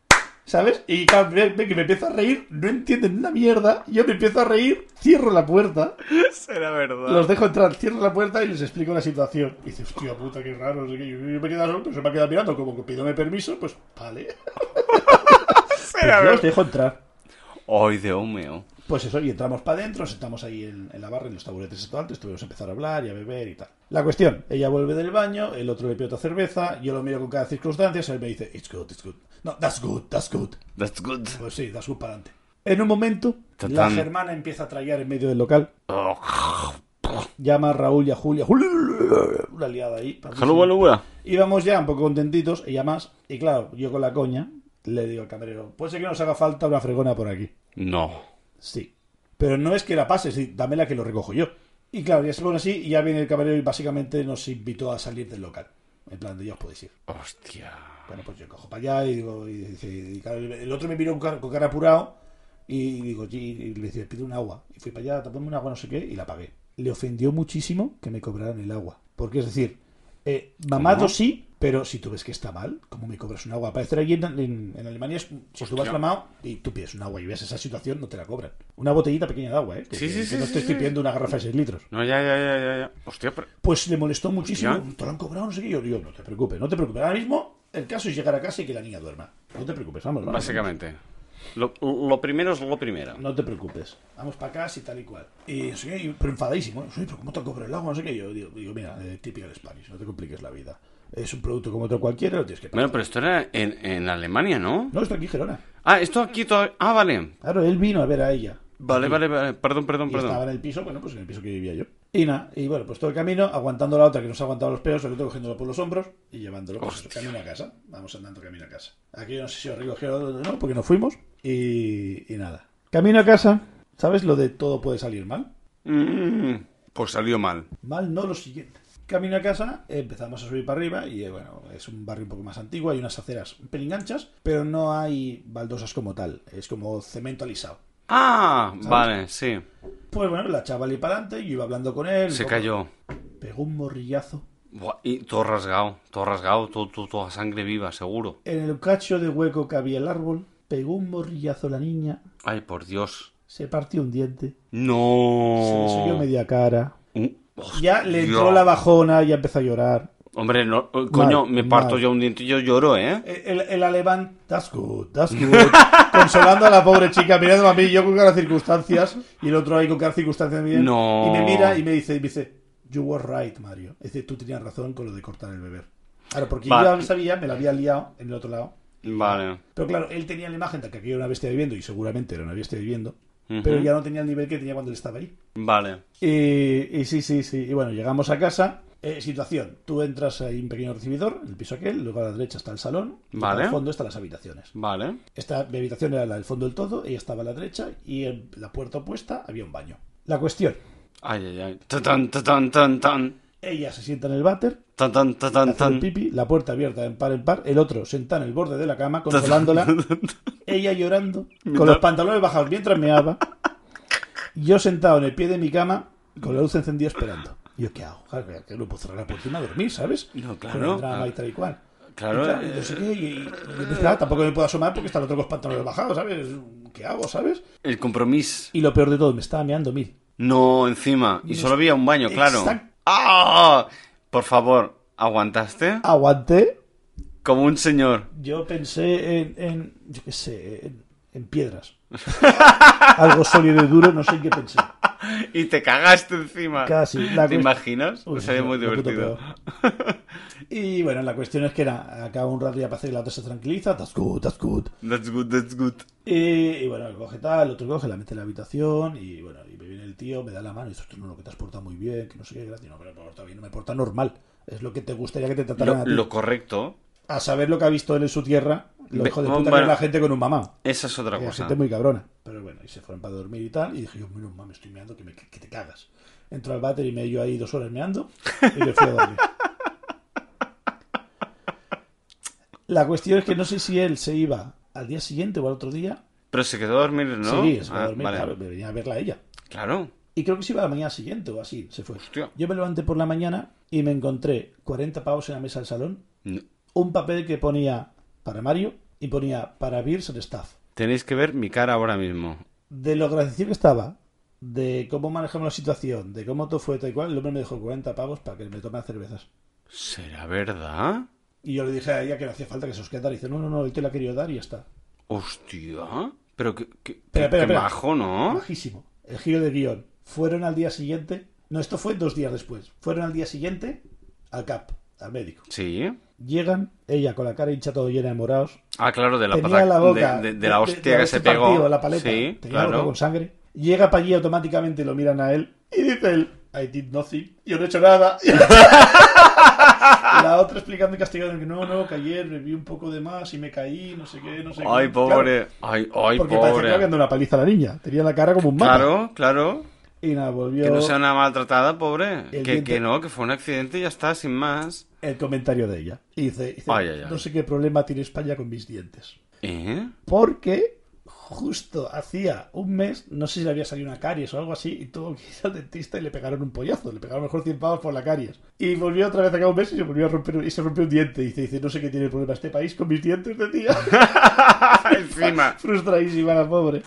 ¿sabes? Y claro, ve- ve que me empiezo a reír, no entienden una mierda, yo me empiezo a reír, cierro la puerta, Será verdad. los dejo entrar, cierro la puerta y les explico la situación. Y dice, hostia puta, qué raro, no sé qué. yo yo me quedo solo, pero se me ha quedado mirando, como que pídome permiso, pues vale. Pero yo los dejo entrar. Ay, de homeo. Pues eso, y entramos para adentro, sentamos ahí en, en la barra, en los taburetes y todo antes, tuvimos que empezar a hablar y a beber y tal. La cuestión, ella vuelve del baño, el otro le pide otra cerveza, yo lo miro con cada circunstancia, él me dice, it's good, it's good. No, that's good, that's good. That's good. Pues sí, that's good para adelante. En un momento, Tatán. la germana empieza a trallar en medio del local, Oh, llama a Raúl y a Julia, una liada ahí. hello, hello, hello. Íbamos ya un poco contentitos, ella más, y claro, yo con la coña le digo al camarero, puede ser que nos haga falta una fregona por aquí. No. Sí. Pero no es que la pases, sí, dame la que lo recojo yo. Y claro, ya se pone así y ya viene el camarero y básicamente nos invitó a salir del local. En plan, de ya os podéis ir. Hostia. Bueno, pues yo cojo para allá y digo, y dice- y claro, el otro me miró con cara, con cara apurado y digo, y, y le dice, pide un agua. Y fui para allá, tapame un agua, no sé qué, y la pagué. Le ofendió muchísimo que me cobraran el agua. Porque es decir, eh, mamado ¿Cómo? sí, pero si tú ves que está mal, ¿cómo me cobras un agua? Para estar allí en, en- en Alemania, es- si tú vas mamado y tú pides un agua y ves esa situación, no te la cobran. Una botellita pequeña de agua, ¿eh? Que- Sí, sí, que sí, No sí, te estoy sí. pidiendo una garrafa de 6 litros. No, ya, ya, ya, ya, ya. Hostia, pero... Pues le molestó muchísimo. Hostia. Te lo han cobrado, no sé qué. Yo digo, no te preocupes, no te preocupes. Ahora mismo el caso es llegar a casa y que la niña duerma. No te preocupes, vamos. vamos. Básicamente. Lo, lo primero es lo primero. No te preocupes. Vamos para casa y tal y cual. Y no sé qué, y- pero enfadadísimo. ¿eh? Sí, pero ¿cómo te cobro el agua? No sé qué. Yo digo, digo, mira, eh, typical Spanish, no te compliques la vida. Es un producto como otro cualquiera, lo tienes que pagar. Bueno, pero esto era en, en Alemania, ¿no? No, está aquí en Gerona. Ah, esto aquí todavía... Ah, vale. Claro, él vino a ver a ella. Vale, vale, vale. Perdón, perdón, Y estaba perdón. en el piso, bueno, pues en el piso que vivía yo. Y nada, y bueno, pues todo el camino, aguantando la otra que nos ha aguantado los pelos, el otro cogiéndolo por los hombros y llevándolo por el camino a casa. Vamos andando camino a casa. Aquí no sé si os recogieron o no, porque nos fuimos. Y, y nada. Camino a casa, ¿sabes lo de todo puede salir mal? Mm, pues salió mal. Mal no lo siguiente. Camino a casa, empezamos a subir para arriba y eh, bueno, es un barrio un poco más antiguo, hay unas aceras un pelín anchas, pero no hay baldosas como tal, es como cemento alisado. Ah, vale, sí. Pues bueno, la chaval y para adelante, yo iba hablando con él. un Se poco- cayó. Pegó un morrillazo Buah, y todo rasgado, todo rasgado, todo, todo, toda sangre viva, seguro. En el cacho de hueco que había el árbol, pegó un morrillazo la niña, Ay, por Dios. se partió un diente, se le No. subió media cara. Un- Hostia. Ya le entró la bajona, ya empezó a llorar. Hombre, no, eh, coño, Mal, me parto mal. yo un diente y yo lloro, ¿eh? El, el alemán, that's good, that's good, consolando a la pobre chica, mirando a mí, yo con cada circunstancias, y el otro ahí con cada circunstancia también. No. Y me mira y me dice, y me dice, you were right, Mario. Es decir, tú tenías razón con lo de cortar el beber. Ahora, porque Va. yo ya sabía, me la había liado en el otro lado. Vale. Pero claro, él tenía la imagen de que había una bestia viviendo, y seguramente era una bestia viviendo, Ujú. pero ya no tenía el nivel que tenía cuando él estaba ahí. Vale. Y, y sí, sí, sí. Y bueno, llegamos a casa. Eh, situación, tú entras ahí en un pequeño recibidor, en el piso aquel, luego a la derecha está el salón, y Vale. al fondo están las habitaciones. Vale. Esta, mi habitación era la del fondo del todo, ella estaba a la derecha, y en la puerta opuesta había un baño. La cuestión, Ay, ay, ay. Tan, tan, tan, tan, tan. ella se sienta en el váter, Tan, tan, tan, tan, hace el tan. pipi, la puerta abierta en par en par, el otro sentado en el borde de la cama, consolándola, ella llorando, con los pantalones bajados mientras meaba, yo sentado en el pie de mi cama, con la luz encendida esperando. Y Yo, ¿qué hago? Claro, que- que no puedo cerrar la puerta y irme a dormir, ¿sabes? No, claro. Con el drama Ah. y tal y cual. Claro, eh, Y y no sé qué, y- y- y pues nada, tampoco me puedo asomar porque está el otro con los pantalones bajados, ¿sabes? ¿Qué hago, sabes? El compromiso. Y lo peor de todo, me estaba meando mil. No, encima. Y solo había un baño, claro. Exacto. ¡Ah! Por favor, ¿aguantaste? Aguanté Como un señor. Yo pensé en, en yo qué sé, en, en piedras. Algo sólido y duro, no sé en qué pensé. Y te cagaste encima. Casi. La ¿Te cuest- imaginas? Pues Uy, Sería sí, muy lo puto divertido. Y bueno, la cuestión es que era, acaba un rato ya para hacer que la otra se tranquiliza, that's good, that's good. That's good, that's good. Y, y bueno, coge tal, el otro coge, la mete en la habitación y bueno, y me viene el tío, me da la mano y dice, "Hostia, no, lo que te has portado muy bien, que no sé qué, gracias. No, pero me porta bien, me porta normal. Es lo que te gustaría que te trataran Lo, a ti. lo correcto. A saber lo que ha visto él en su tierra, lo Ve- hijo de bueno, puta que bueno. es la gente con un mamá. Esa es otra Hay cosa. gente muy cabrona. Pero bueno, y se fueron para dormir y tal. Y dije yo, menos mames, estoy meando que, me, que te cagas. Entro al váter y me yo ahí dos horas meando y me fui a dormir. La cuestión es que no sé si él se iba al día siguiente o al otro día. Pero se quedó a dormir, ¿no? Sí, se fue a Ah, dormir, vale. claro, me venía a verla a ella. Claro. Y creo que se iba a la mañana siguiente o así, se fue. Hostia. Yo me levanté por la mañana y me encontré 40 pavos en la mesa del salón, No. un papel que ponía para Mario y ponía para Beers and Staff. Tenéis que ver mi cara ahora mismo. de lo agradecido que estaba, de cómo manejamos la situación, de cómo todo fue tal y cual, el hombre me dejó 40 pavos para que me tomara cervezas. ¿Será verdad? Y yo le dije a ella que no hacía falta que se os quedara. Y dice, no, no, no, él te la quería dar y ya está. Hostia. Pero que, que, que- Espera, espera, que espera. majo, ¿no? Bajísimo. El giro de guión. Fueron al día siguiente. No, esto fue dos días después. Fueron al día siguiente al CAP, al médico. Sí. Llegan, ella con la cara hincha todo llena de morados. Ah, claro, de la tenía pata- la boca. de, de- de la hostia que se haberse pegó. partido la paleta. sí, tenía la boca claro. con sangre. Llega para allí automáticamente y lo miran a él. Y dice él, I did nothing. Yo no he hecho nada. la otra explicando y castigando que no, no, que ayer bebí un poco de más y me caí, no sé qué, no sé Ay, qué. pobre. Ay, ay, Claro, porque parecía que le pobre. habían dado una paliza a la niña. Tenía la cara como un mapa. Claro, claro. Y nada, volvió Que no sea una maltratada, pobre. El Que, diente- que no, que fue un accidente y ya está, sin más. el comentario de ella. Y dice, dice, Ay, ay, ay. no sé qué problema tiene España con mis dientes. ¿Eh? porque justo hacía un mes, no sé si le había salido una caries o algo así, y tuvo que ir al dentista y le pegaron un pollazo, le pegaron mejor 100 pavos por la caries. Y volvió otra vez a cabo un mes y se volvió a romper y se rompió un diente. Y dice, dice, no sé qué tiene el problema este país con mis dientes de tía. Ah, Encima. Frustradísima la pobre.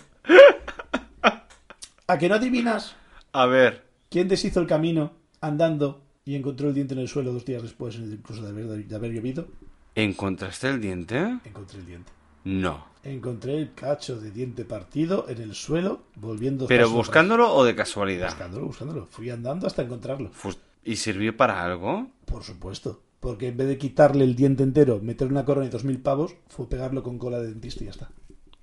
¿A que no adivinas A ver. quién deshizo el camino andando y encontró el diente en el suelo dos días después, incluso de haber, de haber llovido? ¿Encontraste el diente? Encontré el diente. No. Encontré el cacho de diente partido en el suelo, volviendo. ¿Pero pasos buscándolo o de atrás. casualidad? Buscándolo, buscándolo. Fui andando hasta encontrarlo. Fus- ¿Y sirvió para algo? Por supuesto. Porque en vez de quitarle el diente entero, meter una corona y dos mil pavos, fue pegarlo con cola de dentista y ya está.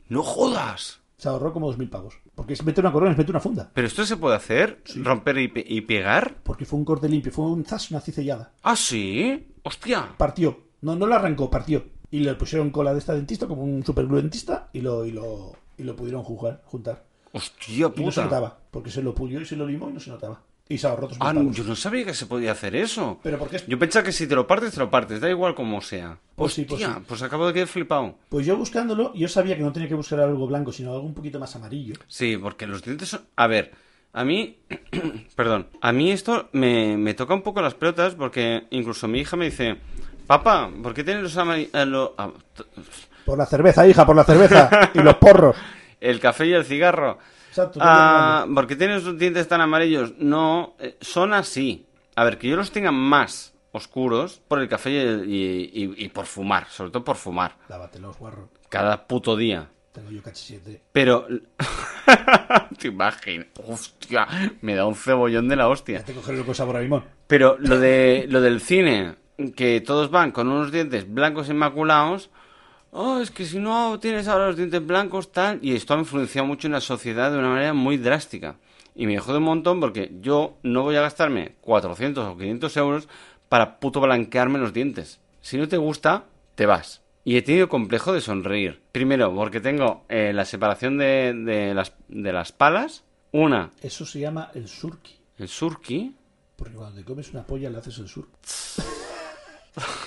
¡No jodas! Se ahorró como dos mil pavos. Porque es meter una corona, es meter una funda. ¿Pero esto se puede hacer? ¿Romper y, pe- y pegar? Porque fue un corte limpio, fue un zas, una cicellada. ¡Ah, sí! ¡Hostia! Partió. No, no lo arrancó, partió. Y le pusieron cola de esta dentista, como un superglue dentista, y lo, y lo, y lo pudieron jugar, juntar. ¡Hostia Y no se puta! notaba. Porque se lo pulió y se lo limó y no se notaba. Y se ahorró dos mil Ah, no, pavos. yo no sabía que se podía hacer eso. Pero porque es Yo pensaba que si te lo partes, te lo partes, da igual como sea. Pues sí, pues Hostia, sí. pues acabo de quedar flipado. Pues yo buscándolo, yo sabía que no tenía que buscar algo blanco, sino algo un poquito más amarillo. Sí, porque los dientes son... A ver, a mí... Perdón. A mí esto me, me toca un poco las pelotas porque incluso mi hija me dice... Papá, ¿por qué tienes los eh, amarillos... Por la cerveza, hija, por la cerveza. y los porros. El café y el cigarro. Exacto, no Ah, ¿Por qué tienes los dientes tan amarillos? No, eh, son así. A ver, que yo los tenga más oscuros por el café y, el- y- y- y por fumar. Sobre todo por fumar. Lávatelos, guarro. Cada puto día. Tengo yo caché 7. Pero... Te imaginas. Hostia, me da un cebollón de la hostia. Ya te cogeré con sabor a limón. Pero lo de lo del cine, que todos van con unos dientes blancos inmaculados, oh, es que si no tienes ahora los dientes blancos tal, y esto ha influenciado mucho en la sociedad de una manera muy drástica. Y me jode un montón porque yo no voy a gastarme 400 o 500 euros para puto blanquearme los dientes. Si no te gusta, te vas. Y he tenido complejo de sonreír. Primero, porque tengo eh, la separación de, de las, de las palas. Una, Eso se llama el surki. el surki. Porque cuando te comes una polla le haces el surki.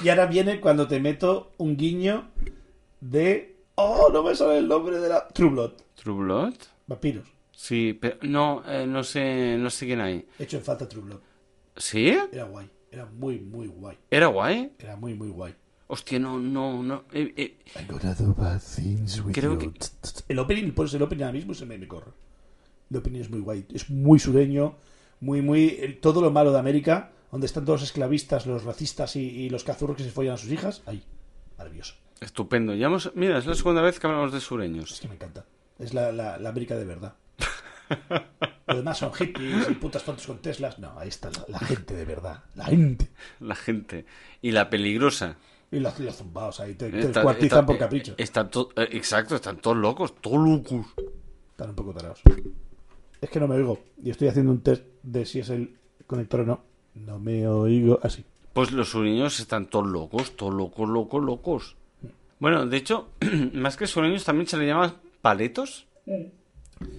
y ahora viene cuando te meto un guiño de... Oh, no me sale el nombre de la... True Blood. True Blood. Vampiros. Sí, pero no, eh, no sé, no sé quién hay. Hecho en falta True Blood. ¿Sí? Era guay. Era muy, muy guay. ¿Era guay? Era muy, muy guay. Hostia, no, no, no. eh, eh, I'm gonna do bad things with Creo you. que- Tss, tss. El opening, pones el opening ahora mismo y se me, me corre. El opening es muy guay. Es muy sureño, muy, muy. el- todo lo malo de América, donde están todos los esclavistas, los racistas y, y los cazurros que se follan a sus hijas. Ahí. Maravilloso. Estupendo. Ya hemos- mira, es la segunda vez que hablamos de Es sureños. que me encanta. Es la, la, la América de verdad. Lo demás son hippies y putas fotos con Teslas. No, ahí está la, la gente de verdad. La gente. La gente. Y la peligrosa. ¿eh? Y los, los zumbaos ahí te, te Está- descuartizan está- por capricho. está to- eh, exacto, están todos locos, todos locos. Están un poco tarados. Es que no me oigo. Y estoy haciendo un test de si es el conector o no. No me oigo así. Pues los sureños están todos locos, todos locos, locos, locos. Bueno, de hecho, más que sureños también se le llama paletos. Pues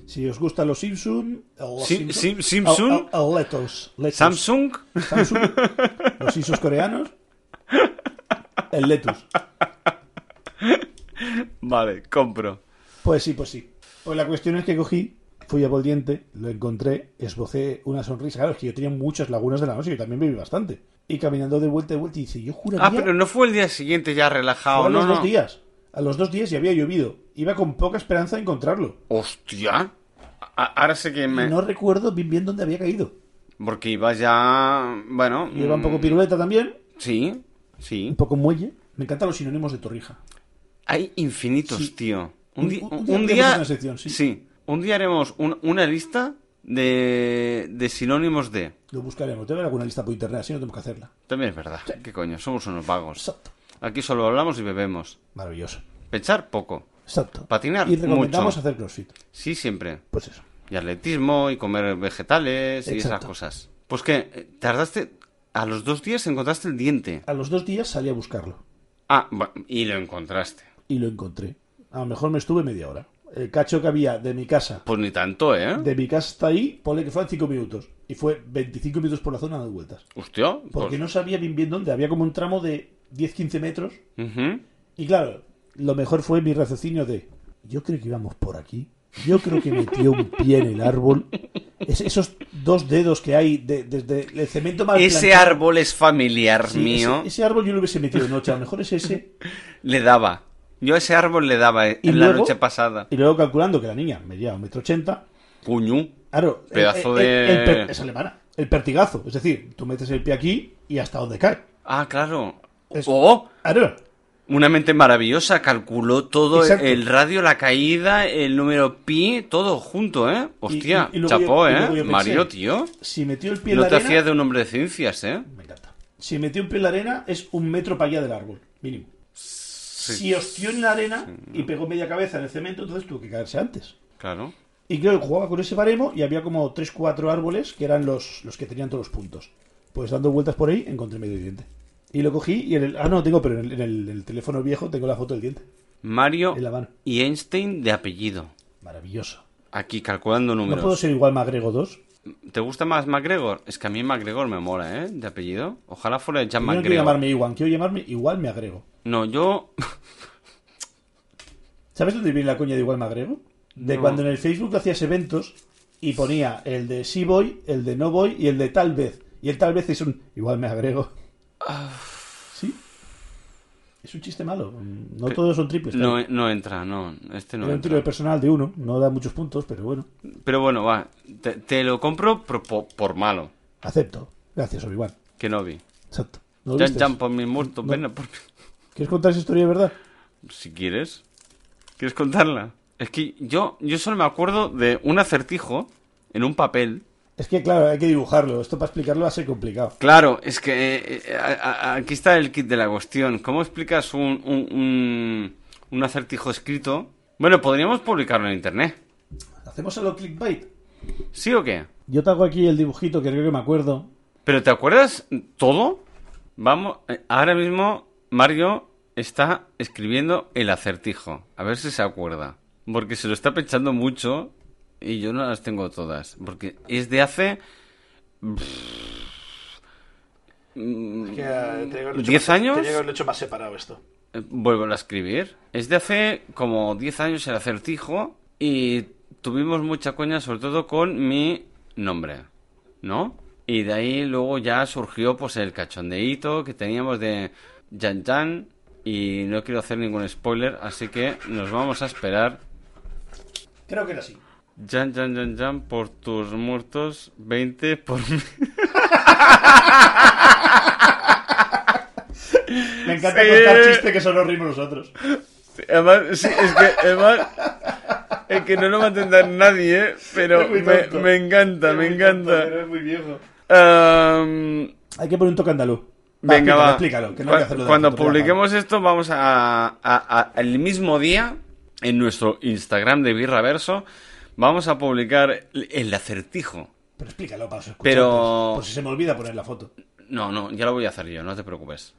Si os gustan los Simpson, o los Sim- Sim- Simpson- Simpson. o- o Letos, Letos. Samsung, Samsung, los Simpsons coreanos, el Letus. vale, compro. Pues sí, pues sí. Pues la cuestión es que cogí, fui a por el diente, lo encontré, esbocé una sonrisa. Claro, es que yo tenía muchas lagunas de la noche, yo también bebí bastante. Y caminando de vuelta y vuelta, y dice, yo juraría Ah, pero no fue el día siguiente ya relajado, a los Ah, no, dos no. días. A los dos días ya había llovido. Iba con poca esperanza de encontrarlo. Hostia. A- ahora sé que me... Y no recuerdo bien bien dónde había caído. Porque iba ya... Bueno... Lleva un poco mm, piruleta también, Sí, sí. un poco muelle. Me encantan los sinónimos de torrija. Hay infinitos, Sí. tío. Un- Un, di- un- un un día día. haremos una sección, sí. Un día haremos un- una lista de, de sinónimos de. Lo buscaremos. Debe haber alguna lista por internet, así no tenemos que hacerla. También es verdad. ¿Qué coño? Somos unos vagos. Exacto. Aquí solo hablamos y bebemos. Maravilloso. Pechar poco. Exacto. Patinar Y recomendamos mucho. hacer crossfit. Sí, siempre. Pues eso. Y atletismo y comer vegetales y esas Exacto. cosas. Pues que tardaste. A los dos días encontraste el diente. A los dos días salí a buscarlo Ah, bu- y lo encontraste. y lo encontré. A lo mejor me estuve media hora. El cacho que había de mi casa, Pues ni tanto, ¿eh? de mi casa hasta ahí, ponle que fueron 5 minutos. Y fue 25 minutos por la zona dando vueltas. Hostia. Porque pues- no sabía bien bien dónde. Había como un tramo de 10-15 metros. Ujú. Y claro, lo mejor fue mi raciocinio de, yo creo que íbamos por aquí. Yo creo que metió un pie en el árbol. Es- esos dos dedos que hay de- desde el cemento más Ese árbol es familiar mío. Ese, árbol yo lo hubiese metido en noche. A lo mejor es ese. Le daba. Yo a ese árbol le daba eh, ¿Y en la luego? noche pasada. Y luego calculando que la niña medía un metro ochenta, Cuñu. claro, el- Pedazo el- de- el per- es alemana, el pertigazo, es decir, tú metes el pie aquí y hasta donde cae. Ah, claro. Es- Oh, Claro, una mente maravillosa. Calculó todo Exacto. el radio, la caída, el número pi, todo junto, ¿eh? Hostia, y luego yo- chapó, y ¿eh? luego yo pensé, Mario, tío. si metió el pie en No la te arena, hacías de un hombre de ciencias, ¿eh? me encanta. Si metió un pie en la arena es un metro para allá del árbol, mínimo. Si hostió en la arena y pegó media cabeza en el cemento, entonces tuvo que caerse antes. Claro. Y creo que jugaba con ese baremo y había como 3-4 árboles que eran los, los que tenían todos los puntos. Pues dando vueltas por ahí encontré medio diente. Y lo cogí y en el... Ah, no, tengo, pero en el, en el- en el teléfono viejo tengo la foto del diente. Mario En la mano. y Einstein de apellido. Maravilloso. Aquí calculando No puedo números. ser igual Magrego 2. ¿Te gusta más MacGregor? Es que a mí MacGregor me mola, ¿eh? De apellido. Ojalá fuera de Jan No quiero MacGregor. llamarme Iwan, quiero llamarme igual me agrego. No, yo ¿Sabes dónde viene la coña de igual me agrego? De No. cuando en el Facebook hacías eventos y ponía el de sí voy, el de no voy y el de tal vez. Y el tal vez es un igual me agrego. ¿Sí? Es un chiste malo. No todos son triples. claro. No, no entra, no. Este no Era un tiro entra. de personal de uno, no da muchos puntos, pero bueno, Pero bueno, va. Te, te lo compro por, por- por malo. acepto. Gracias, Obi-Wan. Que no vi. Exacto. ¿No lo Jan vistes? Jan por mi muerto. pena por mi- ¿Quieres contar esa historia de verdad? Si quieres. ¿Quieres contarla? Es que yo, yo solo me acuerdo de un acertijo en un papel. Es que, claro, hay que dibujarlo. Esto para explicarlo va a ser complicado. Claro, es que eh, eh, a- a- aquí está el kit de la cuestión. ¿Cómo explicas un, un, un, un acertijo escrito? Bueno, podríamos publicarlo en internet. ¿Hacemos algo clickbait? ¿Sí o qué? Yo te hago aquí el dibujito que creo que me acuerdo. ¿Pero te acuerdas todo? Vamos, eh, ahora mismo Mario está escribiendo el acertijo. A ver si se acuerda. Porque se lo está pensando mucho y yo no las tengo todas. Porque es de hace eh, ¿Diez años? hecho más separado esto. Eh, Vuelvo a escribir. Es de hace como 10 años el acertijo y tuvimos mucha coña sobre todo con mi nombre, ¿no? Y de ahí luego ya surgió pues el cachondeíto que teníamos de Jan Jan y no quiero hacer ningún spoiler, así que nos vamos a esperar. Creo que era así. Jan Jan Jan Jan por tus muertos, 20 por mí. Me encanta Sí. contar chistes que solo rimos nosotros. Además, sí, es que además, es que no lo va a entender nadie, ¿eh? pero Es muy me, tonto. me encanta, Es me muy tonto, encanta. pero es muy viejo. Am, Hay que poner un toque andaluz. Va, Em, venga, va. explícalo, Explícalo, que no Cu- hay que hacerlo de Cuando puto, venga, publiquemos esto, vamos a, a- a- al mismo día en nuestro Instagram de Birraverso. Vamos a publicar el- el acertijo. va. Pero explícalo para los Pero- escuchantes, Por si se me olvida poner la foto. No, no, ya lo voy a hacer yo, no te preocupes.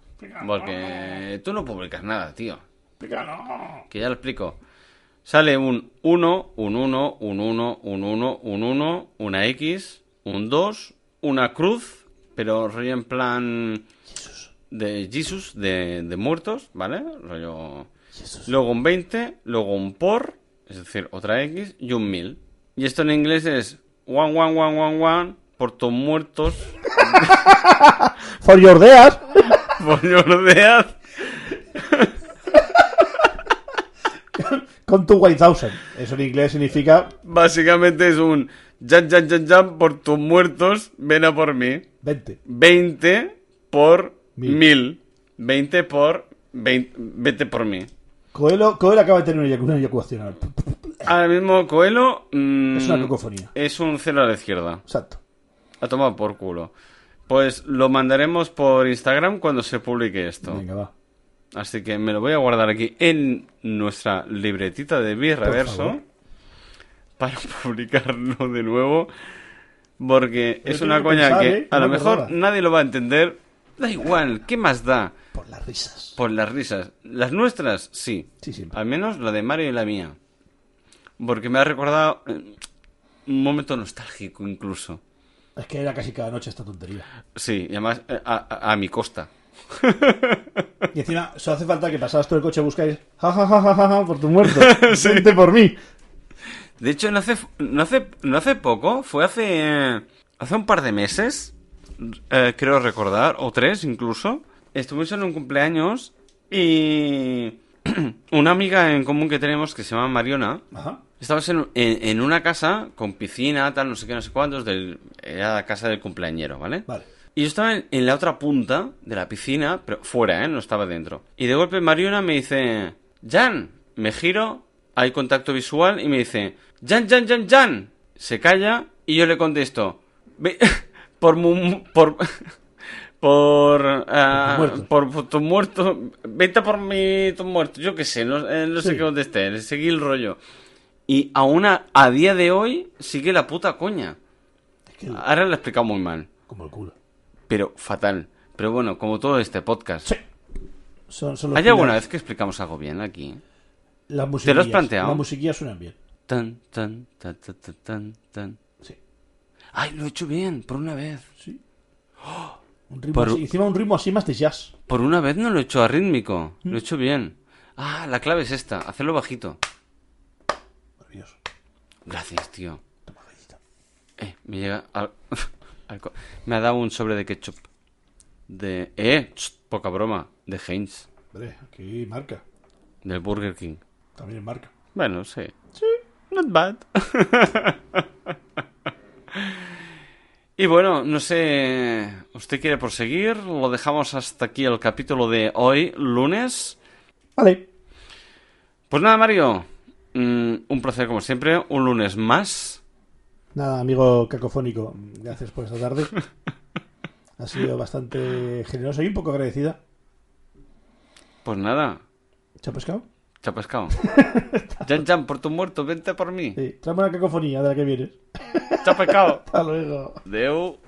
Porque tú no publicas nada, tío. Explícalo. Que ya lo explico. Sale un 1, un 1, un 1, un 1, un 1, una X, un 2, una cruz, pero rollo en plan de Jesus, de, de muertos, ¿vale? Rollo... Luego un 20, luego un por, es decir, otra X y un 1000. Y esto en inglés es one, one, one, one, one, por tus muertos, For your deas. por your death. Con tu 1000. Eso en inglés significa Básicamente es un jam, jam, jam, jam, por tus muertos, ven a por mí. 20. 20 por Mil. 1000. 20 por 20, vete por mí. Coelho, Coelho acaba de tener una eyacu- una eyaculación. ahora. Ahora mismo Coelho mm, Es una cacofonía. es un cero a la izquierda. Exacto. Ha tomado por culo. Pues lo mandaremos por Instagram cuando se publique esto. Venga, va. Así que me lo voy a guardar aquí en nuestra libretita de Birreverso favor. para publicarlo de nuevo. Porque Pero es tiene una que coña pensar, que ¿eh? a Una lo mejor borrada. nadie lo va a entender. Da igual, ¿qué más da? Por las risas. Por las risas. Las nuestras, sí. Sí, siempre. Al menos la de Mario y la mía. Porque me ha recordado eh, un momento nostálgico incluso. Es que era casi cada noche esta tontería. Sí, y además eh, a, a- a mi costa. Y encima, solo hace falta que pasadas por el coche buscáis ja ja ja ja ja, ja, por tu muerto. Vente por mí. De hecho, no hace, no hace, no hace poco, fue hace, eh, hace un par de meses, eh, creo recordar, o tres incluso, estuvimos en un cumpleaños y una amiga en común que tenemos que se llama Mariona, Ajá. Estabas en, en- en una casa con piscina, tal, no sé qué, no sé cuántos, del, era la casa del cumpleañero, ¿vale? Vale. Y yo estaba en, en la otra punta de la piscina, pero fuera, ¿eh? No estaba dentro. Y de golpe Mariona me dice, Jan, me giro, hay contacto visual y me dice, Jan, Jan, Jan, Jan. Se calla y yo le contesto, "Ve- por, mu- por, por, ah, Por tus muertos. por, por tus muertos, vete a por mi tus muertos, yo qué sé, no, eh, no sé Sí. qué contesté, le seguí el rollo. Y aún a, a día de hoy sigue la puta coña. Es que Ahora lo he explicado muy mal, como el culo. pero fatal. Pero bueno, como todo este podcast. Sí. Son, son los ¿Hay alguna pilares. vez que explicamos algo bien aquí? ¿Te Las lo has musiquillas- planteado? Las musiquillas suenan bien. Tan, tan, tan, tan, tan, tan, tan. Sí. Ay, lo he hecho bien, por una vez. Sí. Un ritmo Por- así- Encima un ritmo así más de jazz. Por una vez no lo he hecho a rítmico, lo he hecho bien. Ah, la clave es esta, hacerlo bajito. Maravilloso. Gracias, tío. Toma, galleta. Eh, me llega al... al co- Me ha dado un sobre de ketchup. De... Eh, tss, poca broma. De Heinz. Hombre, aquí marca. Del Burger King. También es marca. Bueno, sí. Sí, not bad. y bueno, no sé, ¿usted quiere proseguir? Lo dejamos hasta aquí el capítulo de hoy, lunes. Vale. Pues nada, Mario. mm, un placer como siempre, un lunes más. Nada, amigo cacofónico, gracias por esta tarde. Ha sido bastante generosa y un poco agradecida. Pues nada, ¿Se ha pescado? chapascao. Jan Jan, por tu muerto, vente por mí. Sí, tráeme una cacofonía de la que vienes. Chapascao. Hasta luego. Deu.